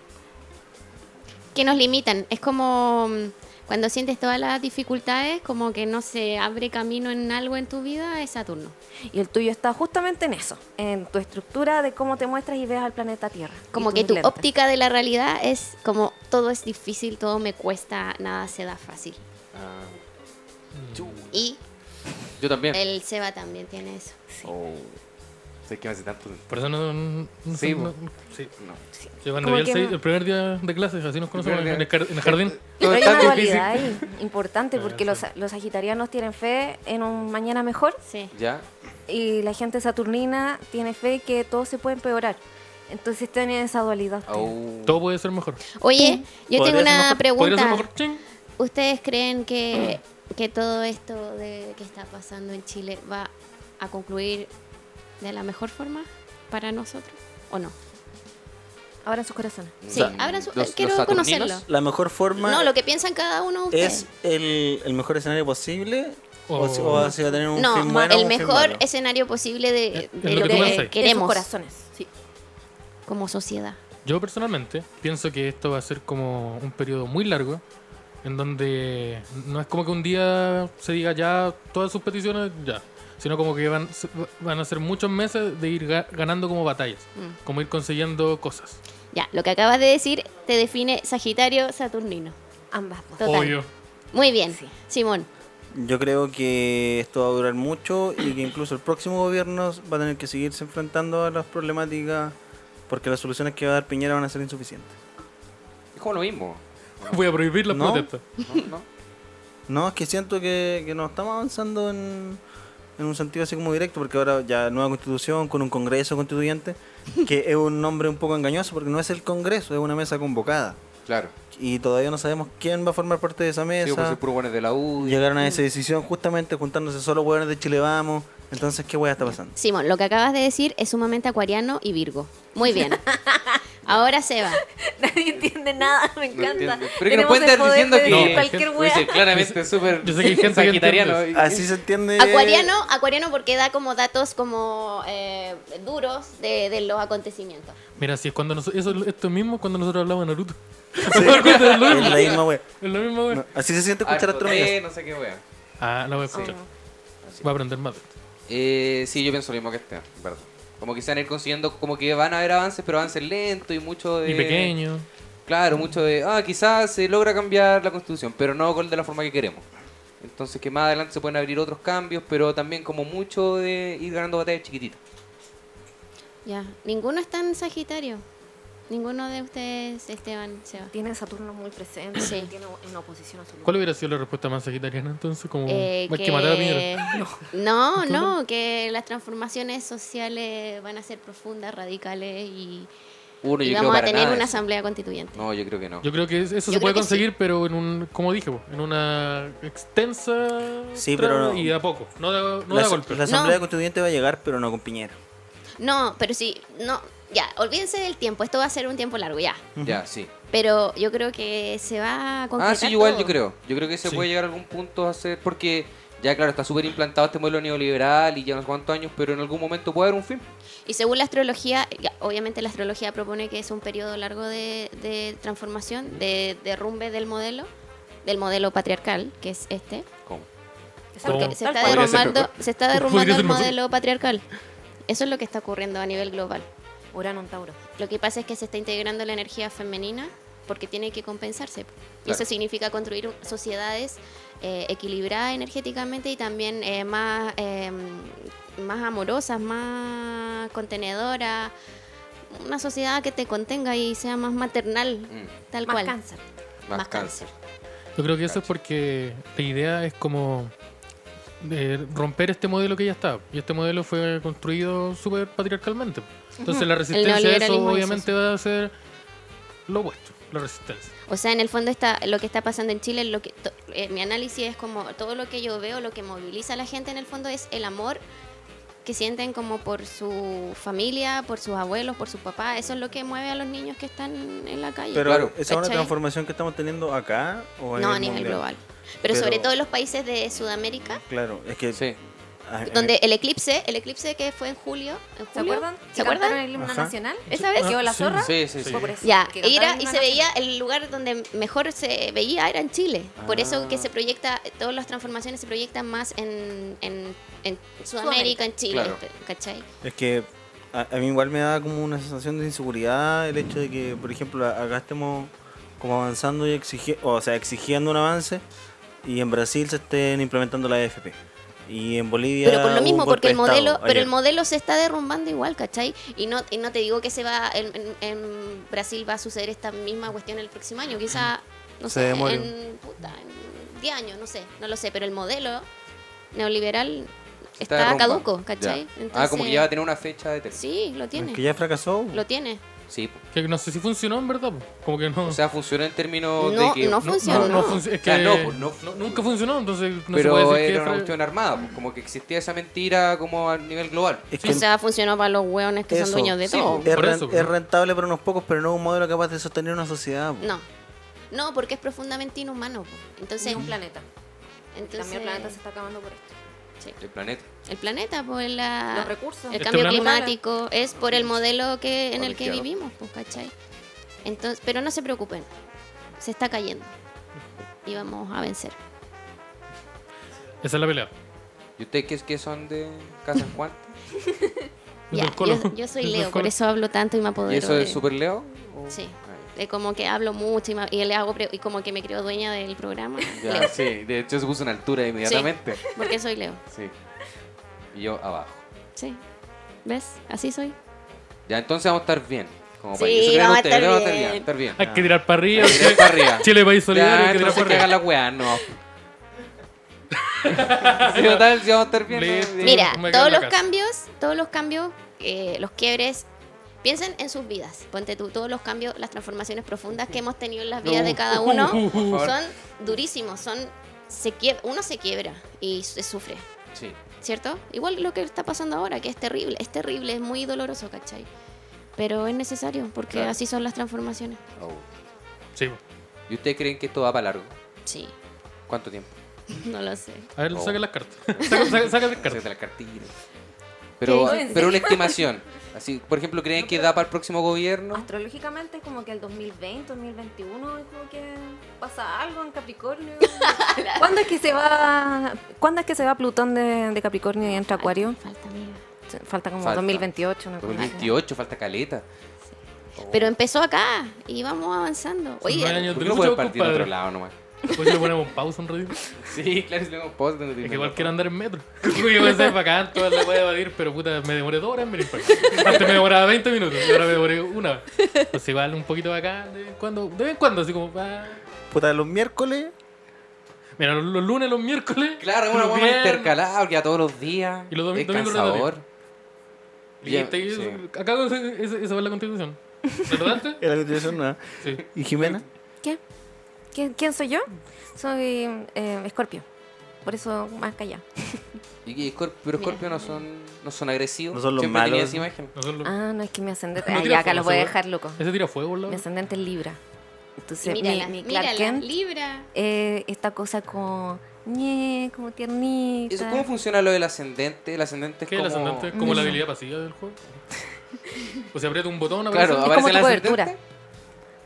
Que nos limitan. Es como mm, cuando sientes todas las dificultades, como que no se abre camino en algo en tu vida, es Saturno. Y el tuyo está justamente en eso, en tu estructura de cómo te muestras y ves al planeta Tierra. Como y que tus tu lentes. óptica de la realidad es como todo es difícil, todo me cuesta, nada se da fácil. Ah. Y Yo también. el Seba también tiene eso. Oh. Sé que me hace tanto. Por eso no. no- no Sí, pues. sé, no- sí. No. Yo cuando Como vi el, que seis- no. el primer día de clases, así nos conocemos en primer el, día. jar- en el jardín. Pero hay Todo una está dualidad ahí importante porque Ya, los, los sagitarianos tienen fe en un mañana mejor Sí. Ya. y la gente saturnina tiene fe que todo se puede empeorar. Entonces tienen esa dualidad. ustedes. Oh. Todo puede ser mejor. Oye, yo Podría tengo ser una mejor, Podría ser Ah, pregunta. mejor. Ching. ¿Ustedes creen que, que todo esto de que está pasando en Chile va a concluir de la mejor forma para nosotros o no? Abran sus corazones. Sí, O sea, abran su- Mm. los- Eh, los quiero saturninos. conocerlo. La mejor forma No, lo que piensan cada uno de ustedes. es el, el mejor escenario posible. O, O- si- o si va a tener un no, fin ma- bueno o el un fin mejor malo. escenario posible de, Es- es de lo que lo que tú pensáis. De sus queremos corazones. Sí. como sociedad. Yo personalmente pienso que esto va a ser como un periodo muy largo, en donde no es como que un día se diga ya todas sus peticiones, ya, sino como que van, se- van a ser muchos meses de ir ga- ganando como batallas, Mm. como ir consiguiendo cosas. Ya, lo que acabas de decir te define Sagitario Saturnino. Ambas dos. Total. Obvio. Muy bien, Sí. Simón. Yo creo que esto va a durar mucho y que incluso el próximo gobierno va a tener que seguirse enfrentando a las problemáticas porque las soluciones que va a dar Piñera van a ser insuficientes. Es como lo mismo. Voy a prohibir las No. protestas. ¿No? ¿No? No, es que siento que, que no estamos avanzando en, en un sentido así como directo, porque ahora ya nueva constitución con un congreso constituyente, que es un nombre un poco engañoso, porque no es el congreso, es una mesa convocada. Claro. pues, Y todavía no sabemos quién va a formar parte de esa Digo, por mesa. ser puros buenos de la U. Llegaron a esa decisión justamente juntándose solo hueones de Chile Vamos. Entonces, ¿qué hueá está pasando? Simón, lo que acabas de decir es sumamente acuariano y virgo. Muy bien. Ahora Seba. Nadie entiende nada, me No encanta. entiendo. Pero que no Tenemos pueden el estar poder diciendo de decir No, que. cualquier Uy, wea. sí, claramente súper. yo sé que hay gente que sagitariano. entiende Así se entiende. Acuariano, acuariano porque da como datos como eh, duros de, de los acontecimientos. Mira, si es cuando nosotros, eso es esto mismo es cuando nosotros hablamos de Naruto. Sí, es la misma hueá. Es lo mismo, güey. No, así se siente escuchar Harto té, astronomía. No sé qué wea. Ah, la voy a escuchar. Así. Va a aprender más. de esto. Eh, sí, yo pienso lo mismo que este, ¿verdad? Como que se van a ir consiguiendo, como que van a haber avances, pero avances lentos y mucho Eh. de... Y pequeño. Claro, mucho de, ah, quizás se logra cambiar la constitución, pero no con- de la forma que queremos. Entonces que más adelante se pueden abrir otros cambios, pero también como mucho de ir ganando batallas chiquititas. Ya. Ninguno está en Sagitario. Ninguno de ustedes, Esteban, Seba. Tiene a Saturno muy presente, Sí. tiene una oposición a su ¿Cuál hubiera sido la respuesta más sagitariana entonces? Mm. Como Eh, hay que matar a Piñera. No, no, que las transformaciones sociales van a ser profundas, radicales y, Uno, y yo creo vamos a para tener nada una eso. asamblea constituyente. No, yo creo que no. Yo creo que es- eso Yo se creo puede que conseguir, pero en un, como dije, po, en una extensa Sí, trama pero no. y de a poco, no de, no la, de a golpe. la Asamblea No. Constituyente va a llegar, pero no con Piñera. No, pero sí, no, ya, olvídense del tiempo, esto va a ser un tiempo largo ya. Ya, sí. Pero yo creo que se va a concretar Ah, sí, igual todo. yo creo. Yo creo que se Sí. puede llegar a algún punto a hacer. Porque ya, claro, está súper implantado este modelo neoliberal y ya no sé cuántos años, pero en algún momento puede haber un fin. Y según la astrología, ya, obviamente la astrología propone que es un periodo largo de, de transformación, de derrumbe del modelo, del modelo patriarcal, que es este. ¿Cómo? ¿Cómo? Porque se está Podría ser derrumbando, mejor. se está Podría derrumbando ser el mejor. modelo patriarcal. Eso es lo que está ocurriendo a nivel global. Urano en Tauro. Lo que pasa es que se está integrando la energía femenina porque tiene que compensarse. Y Claro. eso significa construir un- sociedades eh, equilibradas energéticamente y también eh, más, eh, más amorosas, más contenedoras. Una sociedad que te contenga y sea más maternal, Mm, tal Más cual. cáncer. más, Más cáncer. cáncer. Yo creo que eso es porque la idea es como eh, romper este modelo que ya está. Y este modelo fue construido súper patriarcalmente. Entonces la resistencia a eso neoliberalismo hizo obviamente va a ser lo opuesto, la resistencia. O sea, en el fondo está lo que está pasando en Chile, lo que to- eh, mi análisis es como todo lo que yo veo, lo que moviliza a la gente en el fondo es el amor que sienten como por su familia, por sus abuelos, por sus papás. Eso es lo que mueve a los niños que están en la calle. Pero Claro. ¿esa es una ¿Cachai? transformación que estamos teniendo acá o no a nivel nivel mundial? global. Pero, sobre Pero- todo en los países de Sudamérica, Claro, es que... Sí. ah, eh, donde el eclipse, el eclipse que fue en julio, ¿en ¿Se julio? acuerdan? ¿Se ¿Se acuerdan? acuerdan el himno Ajá. nacional? ¿Esa vez? ¿Quedó la zorra? Ah, Sí, sí, sí. Fue por eso, Ya, que e ir a- cantaron el y himno se nacional. veía el lugar donde mejor se veía era en Chile. Por eso Ah. que se proyecta, todas las transformaciones se proyectan más en, en, en Sudamérica, en Chile, Claro. ¿cachai? Es que a, a mí igual me da como una sensación de inseguridad el hecho de que, por ejemplo, a- acá estemos como avanzando y exigiendo, o sea, exigiendo un avance y en Brasil se estén implementando la AFP. Y en Bolivia... Pero por hubo lo un mismo, golpe porque el de Estado modelo, pero ayer. el modelo se está derrumbando igual, ¿cachai? Y no, y no te digo que se va, en, en- en Brasil va a suceder esta misma cuestión el próximo año, quizá, no Se sé, demore. en, puta, en 10 años, no sé, no lo sé, pero el modelo neoliberal Se está, derrumba. caduco, ¿cachai? Ya. ah, como que ya va a tener una fecha de término. Sí, lo tiene. Es que ya fracasó. Lo tiene. Sí. po. Que no sé si funcionó en verdad, po. como que no. O sea, funciona en términos de No, que. no no, funcionó. no func- es que Ah, no, pues, no- no- nunca funcionó, entonces no se pero puede decir que era una fra- cuestión armada, po, como que existía esa mentira como a nivel global. Es que O sea, funcionó para los hueones que Eso, son dueños de sí, todo. po. es, por ren- eso, es ¿no? rentable para unos pocos, pero no un modelo capaz de sostener una sociedad. po. No. No, porque es profundamente inhumano. po. Ni Entonces, un planeta. entonces También el planeta se está acabando por esto. El planeta. el planeta, po, el, la- Los recursos. Ah. el Este cambio planeta. climático, es por el modelo que en el que Colegiado. vivimos, po, ¿cachai? Entonces, pero no se preocupen, se está cayendo y vamos a vencer. Esa es la pelea. ¿Y ustedes qué, qué son de Casa Juan? Los Ya, del Colo. yo, yo soy Los del Leo, por Colo. eso hablo tanto y me apodero. ¿Y eso de de- Super Leo? ¿O- eh, Sí. Ah, ya. de como que hablo mucho y, me- y le hago pre- y como que me creo dueña del programa. Ya, Leo, sí, de hecho se puso una altura inmediatamente. Sí. porque soy Leo. Y yo abajo. Sí. ¿Ves? Así soy. Ya, entonces vamos a estar bien. Como Sí, país. Eso creen vamos a ustedes, estar vamos a estar bien. bien. Estar bien. Hay que tirar para arriba. Tirar para arriba. Chile, país solidario, Ya, hay que tirar entonces para que haga arriba. la weá, no. Si no tal, si vamos a estar bien. Listo. ¿no? Mira, me quedo todos en la los casa. cambios, todos los cambios, eh, los quiebres, piensen en sus vidas. Ponte tú, todos los cambios, las transformaciones profundas que hemos tenido en las vidas Uh, de cada uno Por favor. son durísimos, son se quie- uno se quiebra y se sufre, Sí. ¿cierto? Igual lo que está pasando ahora, que es terrible, es terrible, es muy doloroso, ¿cachai? Pero es necesario, porque Claro. así son las transformaciones. Oh. Sí, po. ¿Y ustedes creen que esto va para largo? Sí, ¿Cuánto tiempo? no lo sé. a ver, Oh. saca las cartas. Saca, saca- saca las cartas. Sácate las cartillas. Pero, Sí, pero una estimación. Así, por ejemplo, ¿creen que da para el próximo gobierno? Astrológicamente es como que el 2020, 2021 es como que pasa algo en Capricornio. ¿Cuándo es que se va cuándo es que se va Plutón de, de Capricornio y entra Acuario? Falta, amiga. Falta como Falta. 2028, una cosa así. 2028, falta caleta. Pero empezó acá y vamos avanzando. nueve Oye, años. ¿Por de qué no puedes lucha, partir de compadre. otro lado nomás? Pues le ponemos pausa un ratito. Sí, claro, si le damos pausa. Es que igual quiero andar en metro. Yo pensé bacán, todas las voy a evadir, pero puta, me demoré dos horas en venir para acá. Antes me demoraba 20 minutos y ahora me demoré una. Pues igual un poquito bacán, de vez en cuando, de vez en cuando, así como. ah. Puta, los miércoles. Mira, los, los lunes, los miércoles. Claro, es una los buena viernes. intercalada porque a todos los días. Y los domi- es domingos cansador. Y está ahí, Sí. Acá ese- ese- esa fue la constitución. ¿Lo notaste? Era la continuación, nada. Sí. ¿Y Jimena? ¿Qué? ¿Quién, quién soy yo? Soy eh, Scorpio. Por eso más callado. Y, y Scorp- pero Scorpio no son, no son agresivos. No son los Siempre tenía malos. esa imagen. Nosotros lo- Ah, no, es que mi ascendente. No Ah, tira ya, acá fuego, los voy a seguro. dejar loco. Ese tira fuego, ¿no? Mi ascendente es Libra. Entonces, mi, Mírala, mi Clark mírala, Kent, Libra. eh, esta cosa como ñe, como tiernita. Eso, ¿Cómo funciona lo del ascendente? El ascendente es ¿Qué es como... el ascendente? ¿Como la habilidad pasiva del juego? O sea, aprieta un botón, Claro, como aparece... aparece tu el ascendente.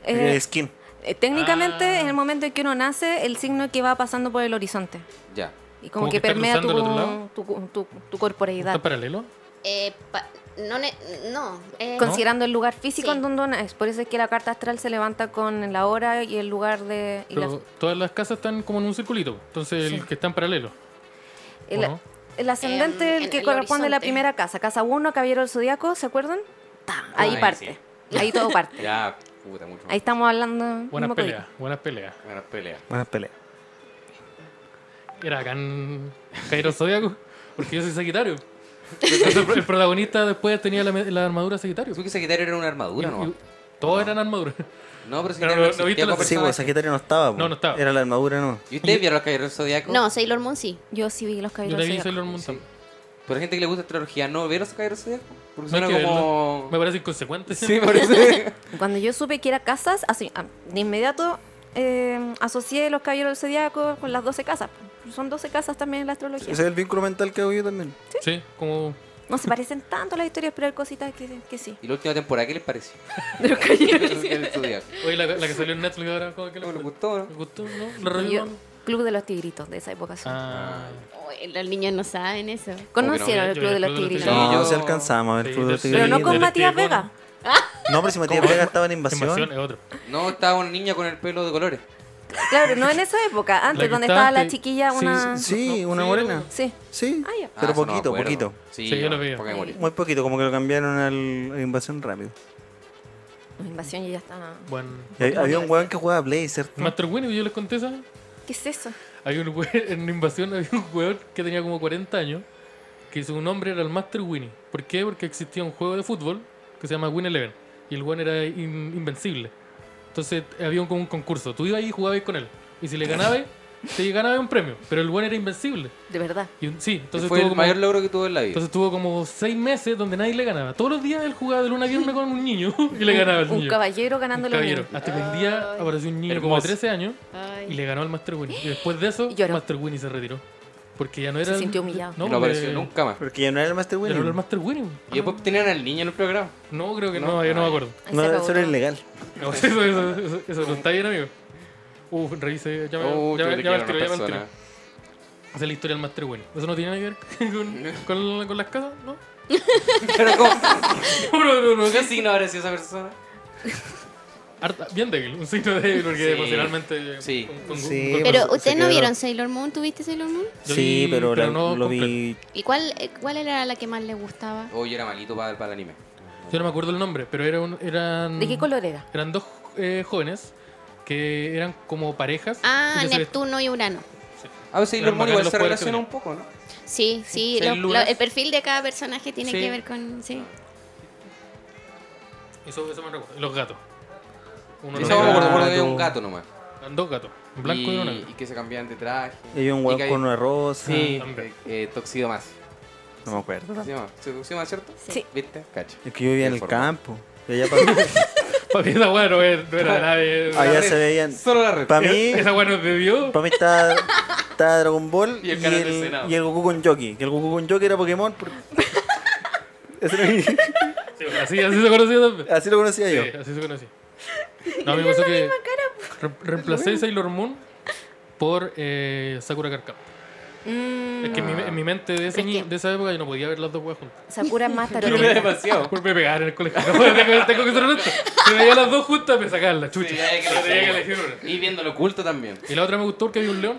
cobertura. Eh, Eh, skin. eh, técnicamente, Ah. en el momento en que uno nace, el signo que va pasando por el horizonte. Ya. Y como, Como que, que está permea tu, cruzando al otro lado. tu, tu- tu ¿Está corporeidad. paralelo? Eh, pa- no, ne- no. eh, Considerando el lugar físico Sí. en donde uno es. Por eso es que la carta astral se levanta con la hora y el lugar de. y la- Pero todas las casas están como en un circulito. Entonces, el que está en paralelo. el, ¿o no? el ascendente, Em, el en que el corresponde a la horizonte. primera casa. Casa 1, Caballero del Zodíaco, ¿se acuerdan? Ta, ahí Ay, parte. Ahí todo parte. Ya, puta, mucho. Ahí Buenas estamos hablando. Buenas mismo código. peleas, buenas peleas. peleas. Buenas peleas. Era acá en Cairo Zodíaco, porque yo soy Sagitario. Entonces, el protagonista después tenía la, me- la armadura Sagitario. Tú que Sagitario era una armadura, Y- ¿no? y- Todos eran armaduras. No, pero no, Sagitario no no, existía viste como la- Sí, pues personaje. Sagitario no estaba. po. No, no estaba. Era la armadura, no. ¿Y ustedes vieron los Caballeros del Zodíaco? No, Sailor Moon sí. Yo sí vi los Yo Caballeros le del vi Zodíaco. Sailor Moon Sí. también. Pero gente que le gusta astrología, ¿no vieron los Caballeros del Zodíaco? Porque No hay suena que como... verlo. Me parece inconsecuente. Sí, por eso. Cuando yo supe que era casas, así, ah, de inmediato eh, asocié los Caballeros del Zodíaco con las 12 casas. Son 12 casas también en la astrología. Ese es el vínculo mental que hago yo también. Sí, como No se parecen tanto las historias, pero hay cositas que, que sí. ¿Y la última temporada qué les pareció? De los Caballeros del Los Caballeros del Zodíaco. Oye, la, la que salió en Netflix ahora, ¿cómo que ¿No le les gustó, no? gustó? ¿No? ¿La Yo- revivió? Club de los Tigritos de esa época. son. Ah, Oh, los niños no saben eso. ¿Conocieron Yo- el yo Club vi de los Tigritos? Sí, no, yo- se alcanzamos a ver. Sí, Club de yo sí. Pero no Tigritos. con Detective Matías Conan. Vega. No, pero si Matías Vega estaba en invasión. Invasión es otro. No, estaba una niña con el pelo de colores. Claro, no en esa época. La Antes, que donde estaba estaba la antes- chiquilla, sí, una... Sí. Sí, No, una sí, morena. Sí, Ah, ya. pero Ah, eso no me poquito, acuerdo. poquito. Sí, Sí, yo lo vi. porque me morí. Muy poquito, como que lo cambiaron al, a invasión rápido. La invasión y ya estaba... Buen. Y Eh, ah, hab- había un weón que jugaba Blaze, ¿cierto? Eh, Master Winnie, yo les conté esa. ¿Qué es eso? Hay un weón, en Invasión había un weón que tenía como 40 años, que su nombre era el Master Winnie. ¿Por qué? Porque existía un juego de fútbol que se llama Win Eleven, y el weón era in- invencible. Entonces había un, como un concurso, tú ibas ahí y jugabas con él, y si le ganabas, te ganabas un premio, pero el weón era invencible. De verdad. Y un- sí, entonces fue el tuvo como, mayor logro que tuvo en la vida. entonces tuvo como seis meses donde nadie le ganaba. Todos los días él jugaba de luna a viernes con un niño y le ganaba al Un niño. caballero ganando Un los caballero. Hasta que un día apareció un niño como Hermoso. de 13 años y Ay. le ganó al Master Winnie. Y después de eso, Y lloró. Master Winnie se retiró. Porque ya no era. Se el- sintió humillado. No, No, pues, apareció porque nunca más. Porque ya no era el Master Ya Winnie. no era el Master Winnie. Y después tenían al niño en el programa. No, creo que No, Ah, no, yo no me ay. acuerdo. No, eso era ilegal. No, eso, eso, eso, eso no está bien, amigo. Uh, revise, llama, Oh, llama, yo le llama al quiero tiro, una llama al tiro. persona. Esa es la historia del Master Winnie. ¿Eso no tiene nada que ver con, con, con las casas? ¿No? Pero ¿cómo? No, no, no, ¿Qué casi. signo habrá sido esa persona? Harta- bien débil, un signo débil porque Sí. emocionalmente. Sí. con- con- Sí, con- Pero se- se ustedes no quedaron. vieron Sailor Moon, ¿tuviste Sailor Moon? Yo sí, vi- pero, pero la- no lo vi. ¿Y cuál, eh, cuál era la que más les gustaba? Oh, yo era malito para, para el anime. Yo no me acuerdo el nombre, pero era un- eran. ¿De qué color era? Eran dos eh, jóvenes que eran como parejas. y Ah, que se vest- Neptuno y Urano. A ver, Sailor Pero Moon bacán igual los se poderes que relaciona un tenía. poco, ¿no? Sí, sí, Seis lo- lo- lunas. el perfil de cada personaje tiene Sí. que ver con... Sí. Eso, eso me recuerdo. Y Los gatos. Uno Yo era solo me acuerdo, me acuerdo que había un gato. gato nomás. Eran dos gatos. Un blanco y, y, uno negro. Ah, y que se cambiaban de traje. y Había un Y que weón hay- con una rosa. Sí, También. eh, Toxido Más. No me acuerdo. ¿Se llama? ¿Se se llama, cierto? Sí. ¿Viste? Cacho. Es que yo vivía en el Informal. campo. Y allá para, Papi, esa weá no era, no era nadie. Ay, allá red. se veían. Solo la red. Para mí, Esa weá no es de Dios. para mí estaba, estaba Dragon Ball Y y el el, canal del Senado. y el Goku con Jockey. Que el Goku con Jockey era Pokémon. por- Ese era mi- Sí, así, así se conocía también. Así lo conocía yo. Sí, así se conocía. No, a mí me pasó que. re- reemplacé Sailor Moon por eh, Sakura Card Captor. Mm, Es que en mi, en mi mente de, ese Pero es ni- que- de esa época yo no podía ver las dos weas juntas. Sakura es más Yo me tarotista. demasiado. Por me pegar en el colegio. No, tengo, tengo que ser honesto. Si veía las dos juntas, me sacaban la chucha. Sí, hay que Yo tenía que elegir. elegir una. Y viéndolo oculto también. Y la otra me gustó porque había un león.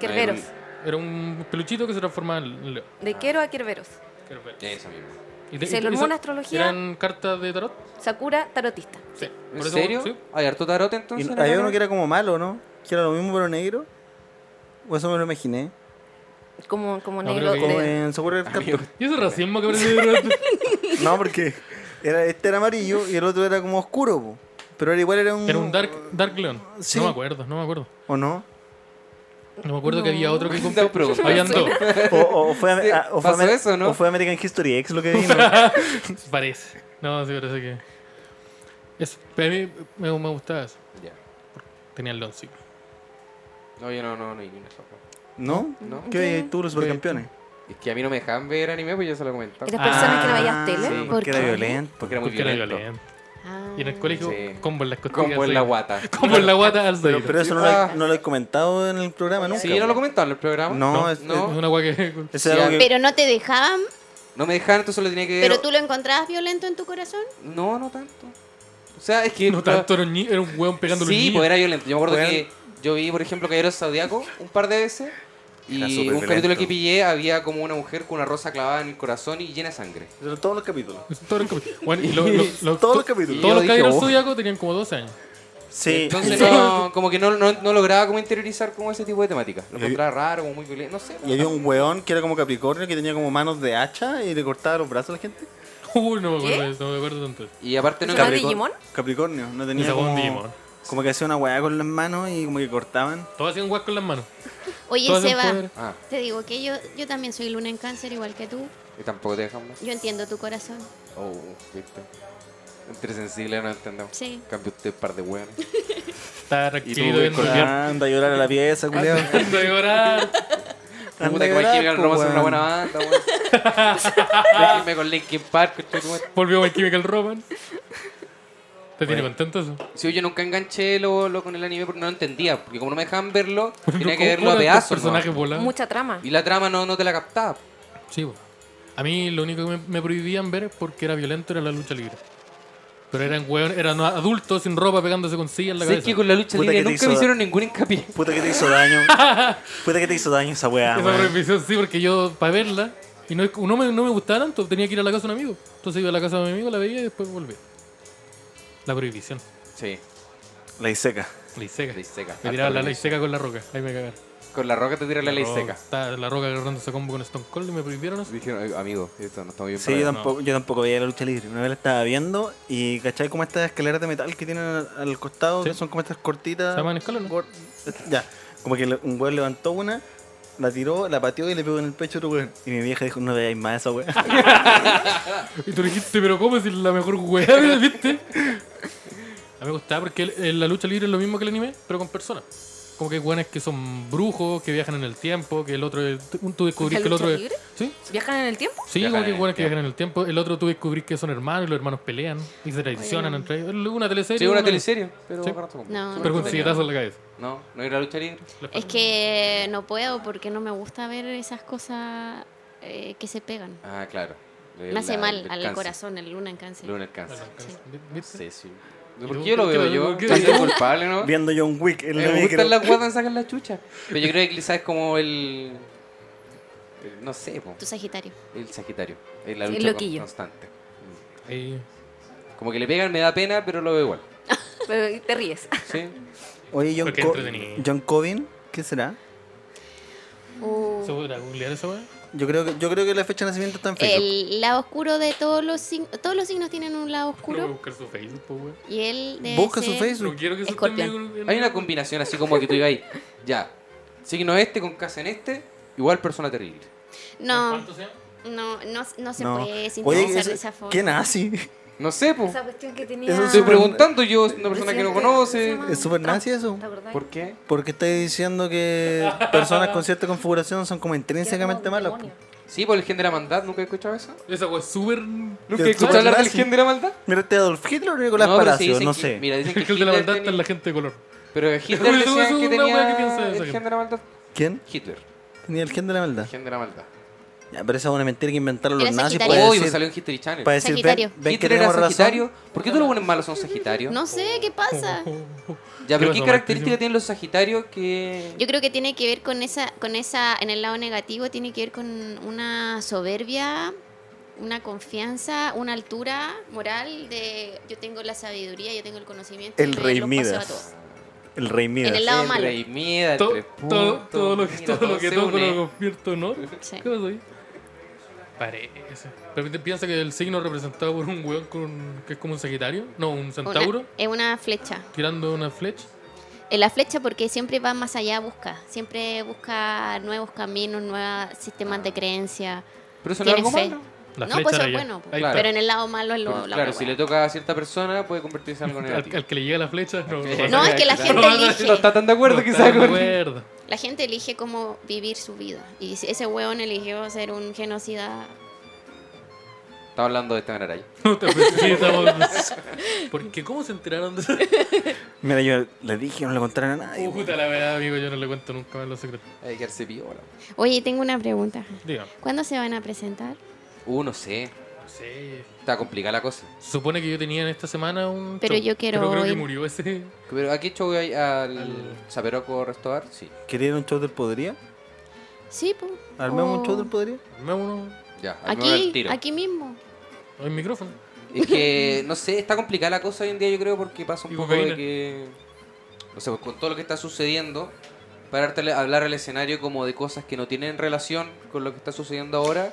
Kerberos. Era un peluchito que se transformaba en león. De Quero a Kerberos. Quiero ver. Eso mismo. Y te- ¿Se y- lo y armó son- una astrología? ¿Eran cartas de tarot? Sakura, tarotista. Sí. ¿En Por eso- serio? Sí. ¿Hay harto tarot entonces? Y en la había tarot? uno que era como malo, ¿no? Que era lo mismo pero negro. O eso me lo imaginé. Como, como No, negro. creo que- Como de- en Sakura del Captor. ¿Y ese racismo que aparece durante- No, porque era, este era amarillo y el otro era como oscuro, po. pero era igual era un... Era un Dark, dark Leon. Sí. No me acuerdo, no me acuerdo. ¿O no? No me acuerdo que había otro que Te compró. pregunto. Habían dos, O, o- o fue, a- Sí, a- o fue pasó Amer- eso, ¿no? o fue American History X lo que vino. parece. No, sí, parece que. Eso. Pero a mí me, me gustaba eso. Ya. Tenía el Lonsi. No, yo no, no, no, ni una sopa. ¿No? No. ¿Qué veías tú, los supercampeones? Es que a mí no me dejaban ver anime, pues yo se lo comentaba. Eras personas que no Ah, veías tele. sí, porque era violento. Porque era muy Porque era violento. violento. Ah. Y en el colegio, Sí. combo en las costillas. Como en la así. guata. Combo en la guata al Pero, dedo. pero eso no lo, Ah. he, no lo he comentado en el programa nunca. Sí, no lo comentaba en el programa. No, No, es, no. Es una gua que. es- es algo que- Pero no te dejaban, No me dejaban, entonces lo tenía que ver. pero tú lo encontrabas violento en tu corazón. No, no tanto. O sea, es que. No tanto, era un, ni- era un weón pegando Sí, los pues niños. era violento. Yo me acuerdo Bueno. que yo vi, por ejemplo, Caballeros Zodiaco un par de veces. Y Era un súper capítulo violento. que pillé había como una mujer con una rosa clavada en el corazón y llena de sangre. Pero todos los capítulos. pues Todo era un capítulo. Bueno, y lo- lo- lo- Todos los to- capítulos. Todos los Yo dije, caballeros oh. zodiacos tenían como 12 años. Sí. Entonces no, como que no, no, no lograba como interiorizar como ese tipo de temática. Lo Y- encontraba raro, como muy violento, no sé. Y había un weón que era como Capricornio que tenía como manos de hacha y le cortaba los brazos a la gente. Uy, no me acuerdo de eso, no me acuerdo tanto. Y aparte no ¿Eso no encontré- es Digimon? Capricornio, no tenía Esa fue un como, Digimon. como que hacía una weá con las manos y como que cortaban. Todos hacían guas con las manos. Oye, Todos hacían Seba, poder. Ah, te digo que yo, yo también soy luna en cáncer, igual que tú. y tampoco te dejan más. Yo entiendo tu corazón. Oh, viste. Entre sensibles no entendemos. Sí. Cambio usted un par de hueones. Estaba tranquilo ves viendo el viernes. Ah, Anda a llorar a la pieza, culiao. Ando a llorar. Puta a que My llorar, Chemical po, Romance es una weón. buena banda, weón. Déjenme con Linkin Park, estoy como- Volvió My Chemical Romance. ¿Te tiene contento eso? Sí, yo nunca enganché lo, lo con el anime porque no lo entendía. Porque como no me dejaban verlo, tenía que ¿Cómo verlo a eran estos pedazos. personajes ¿no? volados? Ah. Mucha trama. Y la trama no, no te la captaba. Sí, po. A mí lo único que me, me prohibían ver porque era violento era la lucha libre. Pero eran weón, eran adultos sin ropa pegándose con sillas en la Sé cabeza. que con la lucha Puta libre que te nunca hizo- me hicieron ningún hincapié. Puta que te hizo daño. Puta que te hizo daño esa weá, Esa weón. prohibición sí, porque yo para verla y no, es- no, me, no me gustaba tanto, tenía que ir a la casa de un amigo. Entonces iba a la casa de mi amigo, la veía y después volvía. La prohibición, Sí, La hiseca. ley seca. ley seca. Me tiraban la ley seca con la roca, ahí me cagaron. Con la roca te tiran la ley Roca, seca. estaba la roca agarrándose a combo con Stone Cold y me prohibieron eso. Dijeron, "Ay, amigo, esto no está bien. Sí, para yo ver". tampoco, yo tampoco veía la lucha libre. Una vez la estaba viendo y cachai como estas escaleras de metal que tienen al, al costado, Sí. que son como estas Ah, cortitas. Se llaman escalones. Gor- Ya, como que le- un weón levantó una, la tiró, la pateó y le pegó en el pecho a otro weón. Y mi vieja dijo, no veáis más esa weá. Y tú dijiste, pero ¿cómo si es la mejor weá, viste? A mí me gustaba porque el- el- la lucha libre es lo mismo que el anime, pero con personas. Como que hay weones que son brujos, que viajan en el tiempo, que el otro. es- tú- Tú descubrís ¿La que el otro. lucha es- libre? Sí, ¿Viajan en el tiempo? sí Viajan como en que hay el weones que tiempo. viajan en el tiempo. El otro tú descubrís que son hermanos y los hermanos pelean y se traicionan Oye. entre ellos. Es una teleserie. Sí, una weón. teleserie, pero Sí. barato como- No, súper Pero con entretenida. silletazo en la cabeza. No, no era lucha libre. Es que no puedo porque no me gusta ver esas cosas eh, que se pegan. Ah, claro. De Me hace la- mal del al cáncer. corazón, el luna en cáncer. Luna del cáncer. ¿Viste? Sí, sí. ¿Y ¿Por tú qué yo lo por qué veo lo- yo? por qué Yo lo- soy culpable, ¿no? Viendo John Wick en la Me micro. gustan las guatas, sacan la chucha. Pero yo creo que quizás es como el. el- No sé, po, Tu Sagitario. el Sagitario. El, la El lucha loquillo. con- constante. Ahí. Como que le pegan, me da pena, pero lo veo igual. Pero y te ríes. ¿Sí? Oye, John, Porque Co- entretenido. John Cobin, ¿qué será? Uh, ¿Se podrá googlear esa weá? Yo creo que, yo creo que la fecha de nacimiento está en Facebook. el lado oscuro de todos los signos. Todos los signos tienen un lado No voy a oscuro. buscar su Facebook, po, weón. Y él debe Busca su ser- Facebook. No quiero que eso esté en mi- Escorpión. en mi- Hay una combinación así como que tú digas, ya, signo este con casa en este, igual persona terrible. No, ¿Cuánto sea? no, no, no se No. puede sintetizar Oye, de ese- esa forma. ¿qué nazi? No sé, po. Esa cuestión que tenía. Eso Estoy súper- preguntando yo, una persona que no conoce. ¿Es súper nazi eso? ¿Te acordás? ¿Por qué? Porque estáis diciendo que personas con cierta configuración son como Que era intrínsecamente como un malas. po. demonio. Sí, por el gen de la maldad, ¿nunca he escuchado eso? Esa weá es súper. ¿Nunca Que he escuchado hablar del nazi. gen de la maldad? Mira, este Adolf Hitler o Nicolás pero sí Palacio, dicen no que- sé. Mira, dicen que El que de la Hitler maldad está en tenía- la gente de color. Pero Hitler Eso- eso decía es que una weá que tenía piensa esa el gente. gen de la maldad. ¿Quién? Hitler. Tenía el gen de la maldad. Gen de la maldad. Ya, pero esa es una mentira que inventaron los Era nazis Sagitario. para Uy, me decir, salió en History Channel. para decir, Sagitario. ven, ven que Hitler era tenemos Sagitario. razón. ¿Por qué todos los buenos malos son Sagitario? No sé qué pasa. Ya, pero ¿Qué ¿qué pasó, características Martín? tienen los Sagitarios que. Yo creo que tiene que ver con esa, con esa, en el lado negativo, tiene que ver con una soberbia, una confianza, una altura moral de yo tengo la sabiduría, yo tengo el conocimiento. El y me rey los paseo a Midas. todos. El rey Midas. En el lado el malo. Rey Midas, el To- Tres todo, Puntos, todo lo que, mira, todo lo que se toco une. lo convierto en oro. Sí. ¿Qué pasó ahí? Parece. Pero pi- piensa que el signo representado por un weón con, que es como un sagitario, no, un Una- centauro, es una flecha. tirando una flecha. En la flecha porque siempre va más allá, busca. Siempre busca nuevos caminos, nuevos sistemas de creencia. Pero eso no es Tiene algo fe. malo. La no, flecha pues era eso es ya. bueno. Ahí está. Pero en el lado malo es lo, Pero, la claro, otra si wea. le toca a cierta persona puede convertirse en algo Al, negativo. al que le llega la flecha, no. no Eh, pasa No, es nada. que la claro. gente No, no, elige. No está tan de acuerdo No, quizás está de con... acuerdo. La gente elige cómo vivir su vida. Y si ese hueón eligió ser un genocida. Estaba hablando de esta manera ahí. No te precisamos. Porque ¿cómo se enteraron de eso? Mira, yo le dije, no le contaron a nadie. Puta la verdad, amigo, yo no le cuento nunca más los secretos. Hay que darse piola. Oye, tengo una pregunta. Diga, ¿Cuándo se van a presentar? Uh, no sé. no sé. Está complicada la cosa. Supone que yo tenía en esta semana un. Pero show, yo quiero Pero creo que ir. murió ese. Pero aquí show hay al, Al- Saperoco Restobar, sí. ¿Querían un show del podería? Sí, pues. ¿Armemos un show del podería? Armémonos. Ya, al menos al Aquí, tiro. aquí mismo. Hay micrófono. Es que, no sé, está complicada la cosa hoy en día, yo creo, porque pasa un Y poco de cocaína. que. No sé, pues con todo lo que está sucediendo, pararte a hablar al escenario como de cosas que no tienen relación con lo que está sucediendo ahora,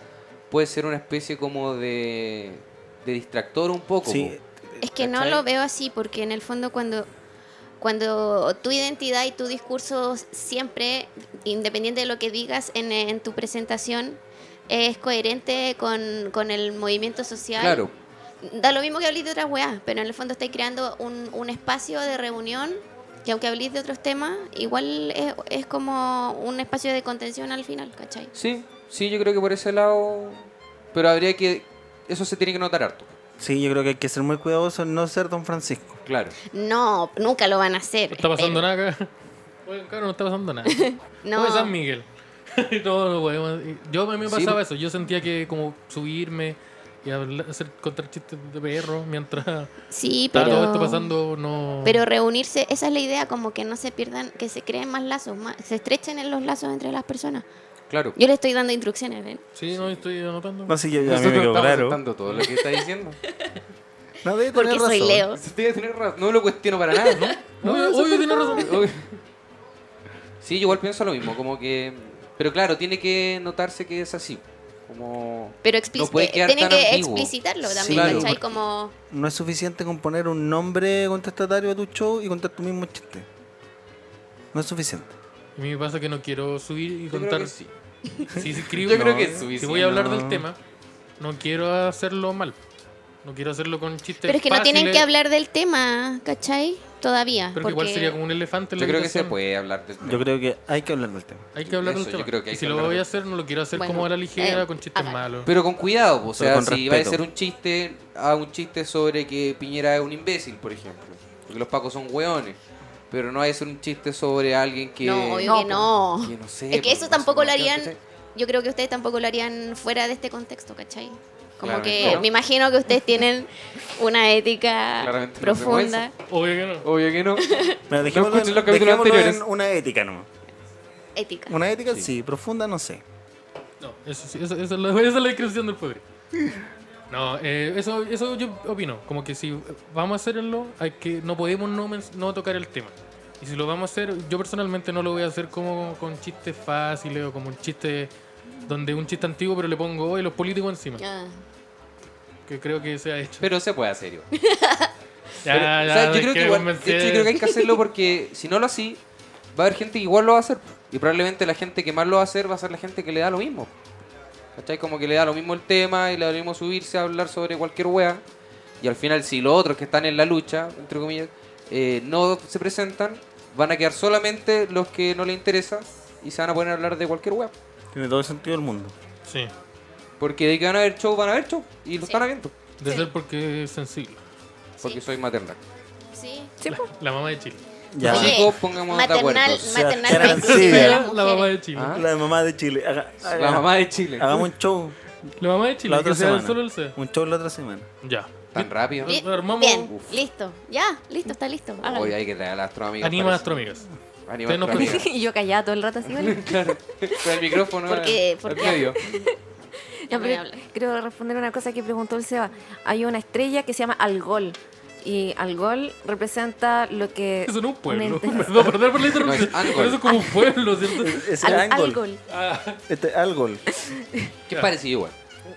puede ser una especie como de. de distractor un poco. Sí. Es que no ¿Cachai? lo veo así, porque en el fondo cuando, cuando tu identidad y tu discurso siempre, independiente de lo que digas en, en tu presentación, es coherente con, con el movimiento po. social. Claro. Da lo mismo que hablís de otras weas, pero en el fondo estáis creando un, un espacio de reunión que aunque hablís de otros temas, igual es, es como un espacio de contención al final, ¿cachai? Sí, sí, yo creo que por ese lado. Pero habría que. Eso se tiene que notar harto. Sí, yo creo que hay que ser muy cuidadoso en no ser Don Francisco. Claro. No, nunca lo van a hacer. No está pasando espero. nada acá. Oye, claro, no está pasando nada. No. Oye, San Miguel. no, no podemos. Yo a mí me Sí, pasaba pues. eso. Yo sentía que como subirme y hablar- hacer contar chistes de perro mientras Sí, pero... estaba todo esto pasando, no. Pero reunirse, esa es la idea, como que no se pierdan, que se creen más lazos, más, se estrechen en los lazos entre las personas. Claro. Yo le estoy dando instrucciones, ¿ven? Sí, no, estoy anotando. No, sí, yo, yo a mí Nosotros me quedó estamos claro. aceptando todo lo que está diciendo. No, debe Porque tener soy razón. Leo. Usted debe tener razón. No lo cuestiono para nada, ¿no? No, obvio, obvio tiene razón. Obvio. Sí, yo igual pienso lo mismo, como que... Pero claro, tiene que notarse que es así. Como... Pero No puede explícite- quedar tienen tan que ambiguo. explicitarlo Sí, también, claro, ¿cachai? porque- Como, No es suficiente con poner un nombre contestatario a tu show y contar tu mismo chiste. No es suficiente. A mí me pasa que no quiero subir y Yo creo contar. que sí. Si escribo, Yo creo no, que es suficiente. si voy a hablar No. del tema, no quiero hacerlo mal. No quiero hacerlo con chistes. pero es que no tienen fáciles, que hablar del tema, ¿cachai? Todavía. eh. Pero que porque igual sería como un elefante. en la Yo creo que se habitación. puede hablar del tema. Yo creo que hay que hablar del tema. Hay que hablar Eso, del yo tema. creo que hay y que si lo hablar voy del- a hacer, no lo quiero hacer Bueno, como a la ligera, eh, con chistes hágalo. malos. Pero con cuidado, po, o sea, con si va a respeto. ser un chiste, a un chiste sobre que Piñera es un imbécil, por ejemplo. Porque los pacos son hueones. Pero no va a ser un chiste sobre alguien que... No, obvio que po, no. Que no sé. Es que po, eso no tampoco sé, lo harían, ¿cachai? yo creo que ustedes tampoco lo harían fuera de este contexto, ¿cachai? Como Claramente que no. me imagino que ustedes tienen una ética Claramente no hacemos profunda. Obvio que no. Obvio que no. Pero dejémoslo, escuchen en- los capítulos dejémoslo anteriores. en una ética nomás. ética. Una ética, sí. profunda, no sé. No, eso, sí, eso- eso es la, esa es la descripción del poder. No, eh, eso, eso yo opino. Como que si vamos a hacerlo, hay que, no podemos no, men- no tocar el tema. Y si lo vamos a hacer, yo personalmente no lo voy a hacer como con chistes fáciles o como un chiste donde un chiste antiguo pero le pongo hoy los políticos encima. Ah. Que creo que se ha hecho. Pero se puede hacer igual. Ya, Pero, ya, o sea, me yo creo que quedé igual, de convencido. hecho, yo creo que hay que hacerlo porque si no lo así, va a haber gente que igual lo va a hacer. Y probablemente la gente que más lo va a hacer va a ser la gente que le da lo mismo. ¿Cachai? Como que le da lo mismo el tema y le da lo mismo subirse a hablar sobre cualquier wea. Y al final, si los otros que están en la lucha, entre comillas, eh, no se presentan, van a quedar solamente los que no les interesa y se van a poner a hablar de cualquier wea. Tiene todo el sentido del mundo. Sí, Porque de que van a haber show, van a haber show. Y lo Sí. están viendo. de ser porque es sensible. Porque Sí. soy maternal. Sí. Sí, La, po. la mamá de Chile. Ya. Oye, Chicos, pongamos de maternal, acuerdo. maternal Sebastián principio de Arancibia. las la mamá mujeres. de Chile. Ah. La mamá de Chile. Haga- La haga- mamá de Chile. Hagamos un show La mamá de Chile, la que otra sea semana. solo el C. Un show la otra semana. Ya. Tan rápido. Bien, Armamos- bien, Uf. listo. Ya, listo, está listo. hágalo. Hoy hay que traer a las amigas. Anima a parece. Astroamigas. Anima Ustedes nos a Astro Amigas. y yo callaba todo el rato así, ¿vale? Claro. Con el micrófono. al- al Porque- porque- medio. No, Voy a pero hablar. quiero responder una cosa que preguntó el Seba. Hay una estrella que se llama Algol. Y Algol representa lo que. Eso no es un pueblo. una inten- Perdón, perdón por la interrupción. No, es algo. Pero eso es como un pueblo, ¿cierto? Es Al- el E-, Angol. Algol. Ah, Este, Algol. ¿Qué parecido igual?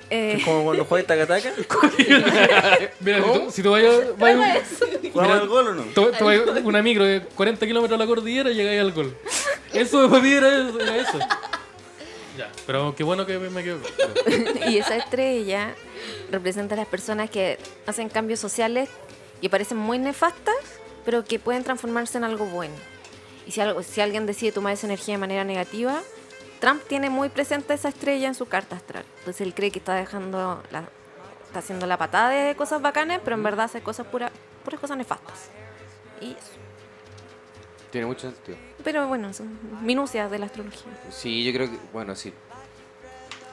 Eh, Es como cuando juega Takataka. mira, si ¿Cómo? tú- si tú vayas... vayas- ¿Jugamos al gol o no? Tú- tú vas en una micro de 40 kilómetros a la cordillera y llegáis al gol. Eso para mí era eso. era eso. Ya, pero qué bueno que me- me quedo. con- y esa estrella representa a las personas que hacen cambios sociales que parecen muy nefastas, pero que pueden transformarse en algo bueno. Y si, algo, si alguien decide tomar esa energía de manera negativa, Trump tiene muy presente esa estrella en su carta astral. Entonces él cree que está dejando la, está haciendo la patada de cosas bacanas, pero en verdad hace cosas puras, puras cosas nefastas. Y eso. Tiene mucho sentido. Pero bueno, son minucias de la astrología. Sí, yo creo que. Bueno, sí.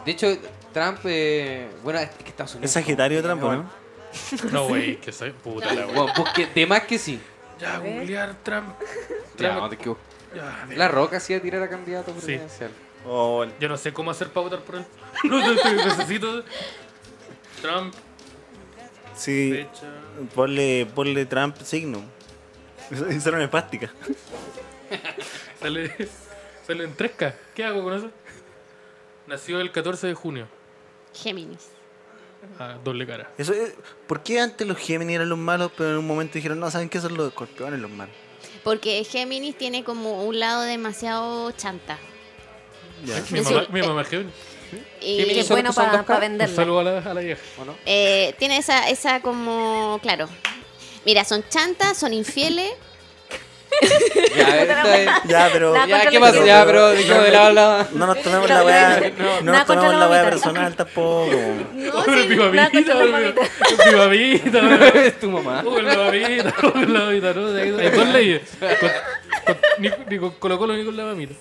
De hecho, Trump. eh, bueno, es que Estados Unidos. Es Sagitario Trampo, ¿no? No, güey, que soy puta la wea. Bueno, busque- de más que sí. Ya, googlear Trump. Ya, Trump. no, te equivoco. Ya, mira. La Roca sí a tirar a candidato Sí. presidencial. O el- Yo no sé cómo hacer para votar por él. No sé, te- necesito. Trump, sí, fecha. ponle, ponle Trump signo. Hicieron una espástica. Sale, sale en 3K. ¿Qué hago con eso? Nació el 14 de junio. Géminis. Ah, doble cara. Eso es- ¿Por qué antes los Géminis eran los malos, pero en un momento dijeron, no, ¿saben qué son los escorpiones los malos? Porque Géminis tiene como un lado demasiado chanta. Ya. Mi Eso- mamá, mi mamá es Géminis. Que Y es bueno son para dos cartas. Un venderla. saludo a la, a la vieja. ¿O no? eh, tiene esa, esa como, claro. Mira, son chantas, son infieles. Ya, esta es- Ya, pero. Nada ya, contra ¿qué los pasa? Ya, Géminis. pero dejemos de lado la- No nos tomemos No, la weá. no, No, no. nos Nada contra tomemos la la weá mamita. personal tampoco. Pobre No, Oh, sí, mi nada mamita, contra la pobre mamita. mi mamita. pobre- tu mamá. pobre la mamita, pobre la mamita, ¿no? Hay dos leyes. Con, con, ni, ni con Colo Colo ni con la mamita.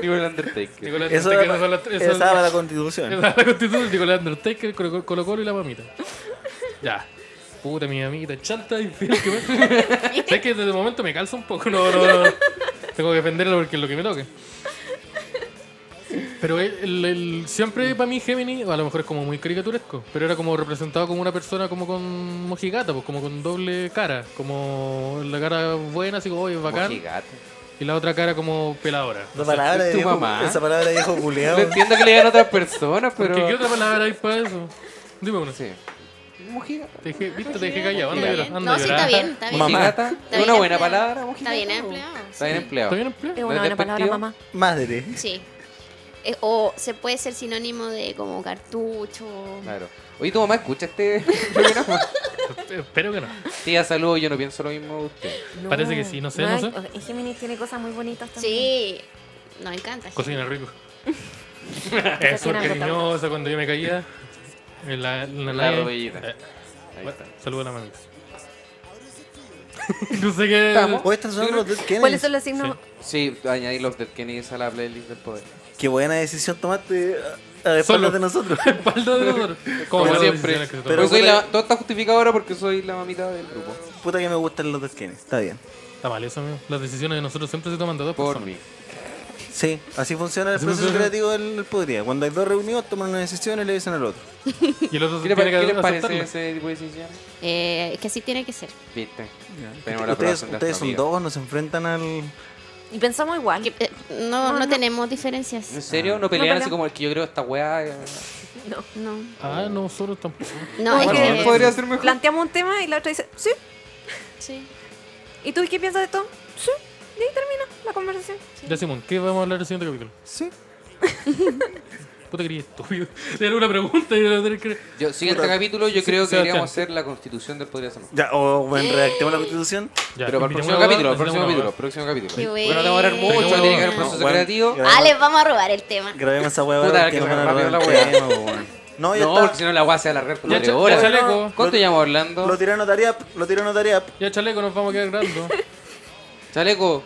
Digo el Undertaker. Nicolás Eso Undertaker, esas son las tres- esas- estaba para la esas constitución. son la constitución. Nicolás Undertaker, Colo Colo, Colo y la mamita. Ya. Puta mi mamita, chanta infiel que me. Sé que desde el momento me calza un poco, no, no, no. Tengo que defenderlo porque es lo que me toca. Pero el, el- el- siempre para mí Gemini, a lo mejor es como muy caricaturesco, pero era como representado como una persona como con mojigata, pues como con doble cara, como la cara buena, así como, oye, bacán, Mojigata. y la otra cara como peladora. Esa palabra de tu viejo, mamá. esa palabra de viejo No culeado. entiendo que le digan a otras personas, pero. ¿Qué, qué otra palabra hay para eso? Dime una. Sí. Mojigata. Te dije, viste, te dejé callado, anda a Está llorar, bien. anda a No, sí, está llorar. bien, está bien. Mamá. Mojigata. Está Es bien una buena empleado. palabra, Está mojigata. bien empleado. Está bien empleado. ¿Está bien empleado? Es una buena palabra, Despectivo. mamá. Madre. Sí. Eh, o se puede ser sinónimo de como cartucho. Claro. Oye, tu mamá escucha este programa. Espero que no. Tía, saludos, yo no pienso lo mismo de usted. No, Parece que sí, no sé, no sé. es- Géminis tiene cosas muy bonitas también. Sí, nos encanta. Cocina rico. es súper Cocina rico. cariñosa cuando yo me caía. En la, en la, La nave. rodillita. Eh, Ahí bueno, está. saluda a la mamita. no sé qué. Estamos. Hoy están sonando Oh, los Dead Kennedys. ¿Cuáles son los signos? Sí, añadir los Dead Kennedys a la playlist del poder. Qué buena decisión tomaste a, a espaldas Solo. de nosotros. Espalda de dolor. Como Como las siempre. decisiones que Pero- se Pero toman. soy bueno, la, todo está justificado ahora porque soy la mamita del grupo. Puta que me gustan los Dead Kennedys. Está bien. Está mal eso, amigo. Las decisiones de nosotros siempre se toman de dos Por personas. mí. Sí, así funciona el Así proceso funciona. creativo del, del Podría. Cuando hay dos reunidos, toman una decisión y le dicen al otro. Y el otro se tiene ¿Qué le, pare- que qué le parece aceptarlo. ese tipo de decisión? Eh, es que así tiene que ser. Viste. Tenemos Ustedes, la aprobación de ustedes nuestro son amigo. dos, nos enfrentan al. Y pensamos igual. Que, eh, no, no, no. tenemos diferencias. ¿En serio? ¿No pelean así pelean. como el que yo creo esta weá? eh? No. No, no, Ah, no, nosotros tampoco. es Bueno, que. eh, podría ser mejor. Planteamos un tema y la otra dice, sí. Sí. ¿Y tú qué piensas de esto? Sí. Y ahí termina la conversación. Ya, Simón, ¿qué vamos a hablar en el siguiente capítulo? Sí. Puta que eres estúpido. Te haré una pregunta y no tener que. Yo, siguiente capítulo, yo creo que Sebastián. deberíamos hacer la constitución del Podría Ser Mejor. Ya, o bueno, redactemos la constitución. Ya, Pero para invitemos el próximo a una capítulo, abogada, próximo invitemos a capítulo, una próximo capítulo. Qué Porque no te va a hablar buena. mucho, tiene que haber un No, proceso bueno, creativo. ya. Ah, les vamos a robar el tema. Grabemos esa hueá Puta, ahora, que que nos se van a rápido robar el la weá. tema, po, weón. No, ya No, está. porque si no la weá se va a alargar por Ya, tres cha- ya horas. chaleco. ¿Cuánto Lo- llevamos Lo hablando? tiraron a Tariap, lo tiraron a Tariap. abogada. Ya, chaleco, nos vamos a quedar grabando. Chaleco,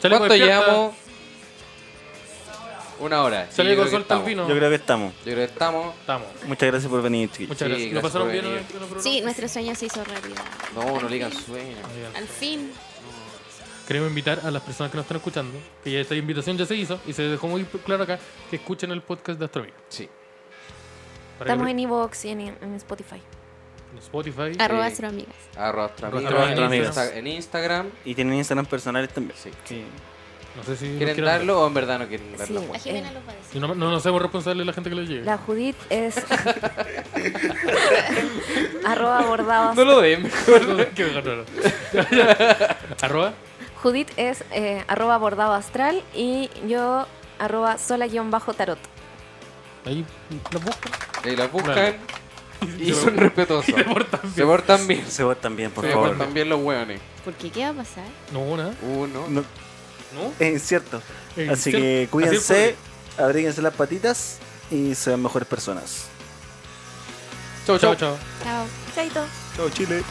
Chaleco, ¿cuánto despierta. llevamos? Una hora. Sí, Chaleco, yo creo que suelta el estamos. vino. Yo creo que estamos. Yo creo que estamos. Estamos. Muchas gracias por venir, chiquillos. Muchas Sí, gracias. ¿Lo gracias pasaron por bien? venir. en el- en el programa? Sí, nuestro sueño se hizo realidad. No, no Al le digan fin. sueño. Muy bien. Al fin. Queremos invitar a las personas que nos están escuchando, que ya esta invitación ya se hizo y se dejó muy claro acá, que escuchen el podcast de Astrovic. Sí. Estamos en Ah. Evox y en, en Spotify. Spotify. Arroba astroamigas. Arroba a Arroba amigas en, amigas. Insta- en Instagram. Y tienen Instagram personales también. Sí. Sí. No sé si nos ¿Quieren quieren darlo o en verdad no quieren darlo? Sí. La Jimena los va a decir. dar. No, no nos hacemos responsables de la gente que lo llegue. La Judith es arroba bordado. No lo den. Qué bacano. Arroba. Judith es eh, arroba bordado astral y yo arroba sola guión bajo tarot. Ahí las buscan. Y las buscan y son Y respetuosos. se portan bien. Se portan bien. Se votan bien, por Se favor. portan bien los hueones. ¿Por qué? ¿Qué va a pasar? No, nada. Uno. No, No. es cierto. Eh, Así sí, que es cuídense, porque- abríguense las patitas y sean mejores personas. Chau, Chao, chau. chao. Chao. Chaito. Chao, Chile.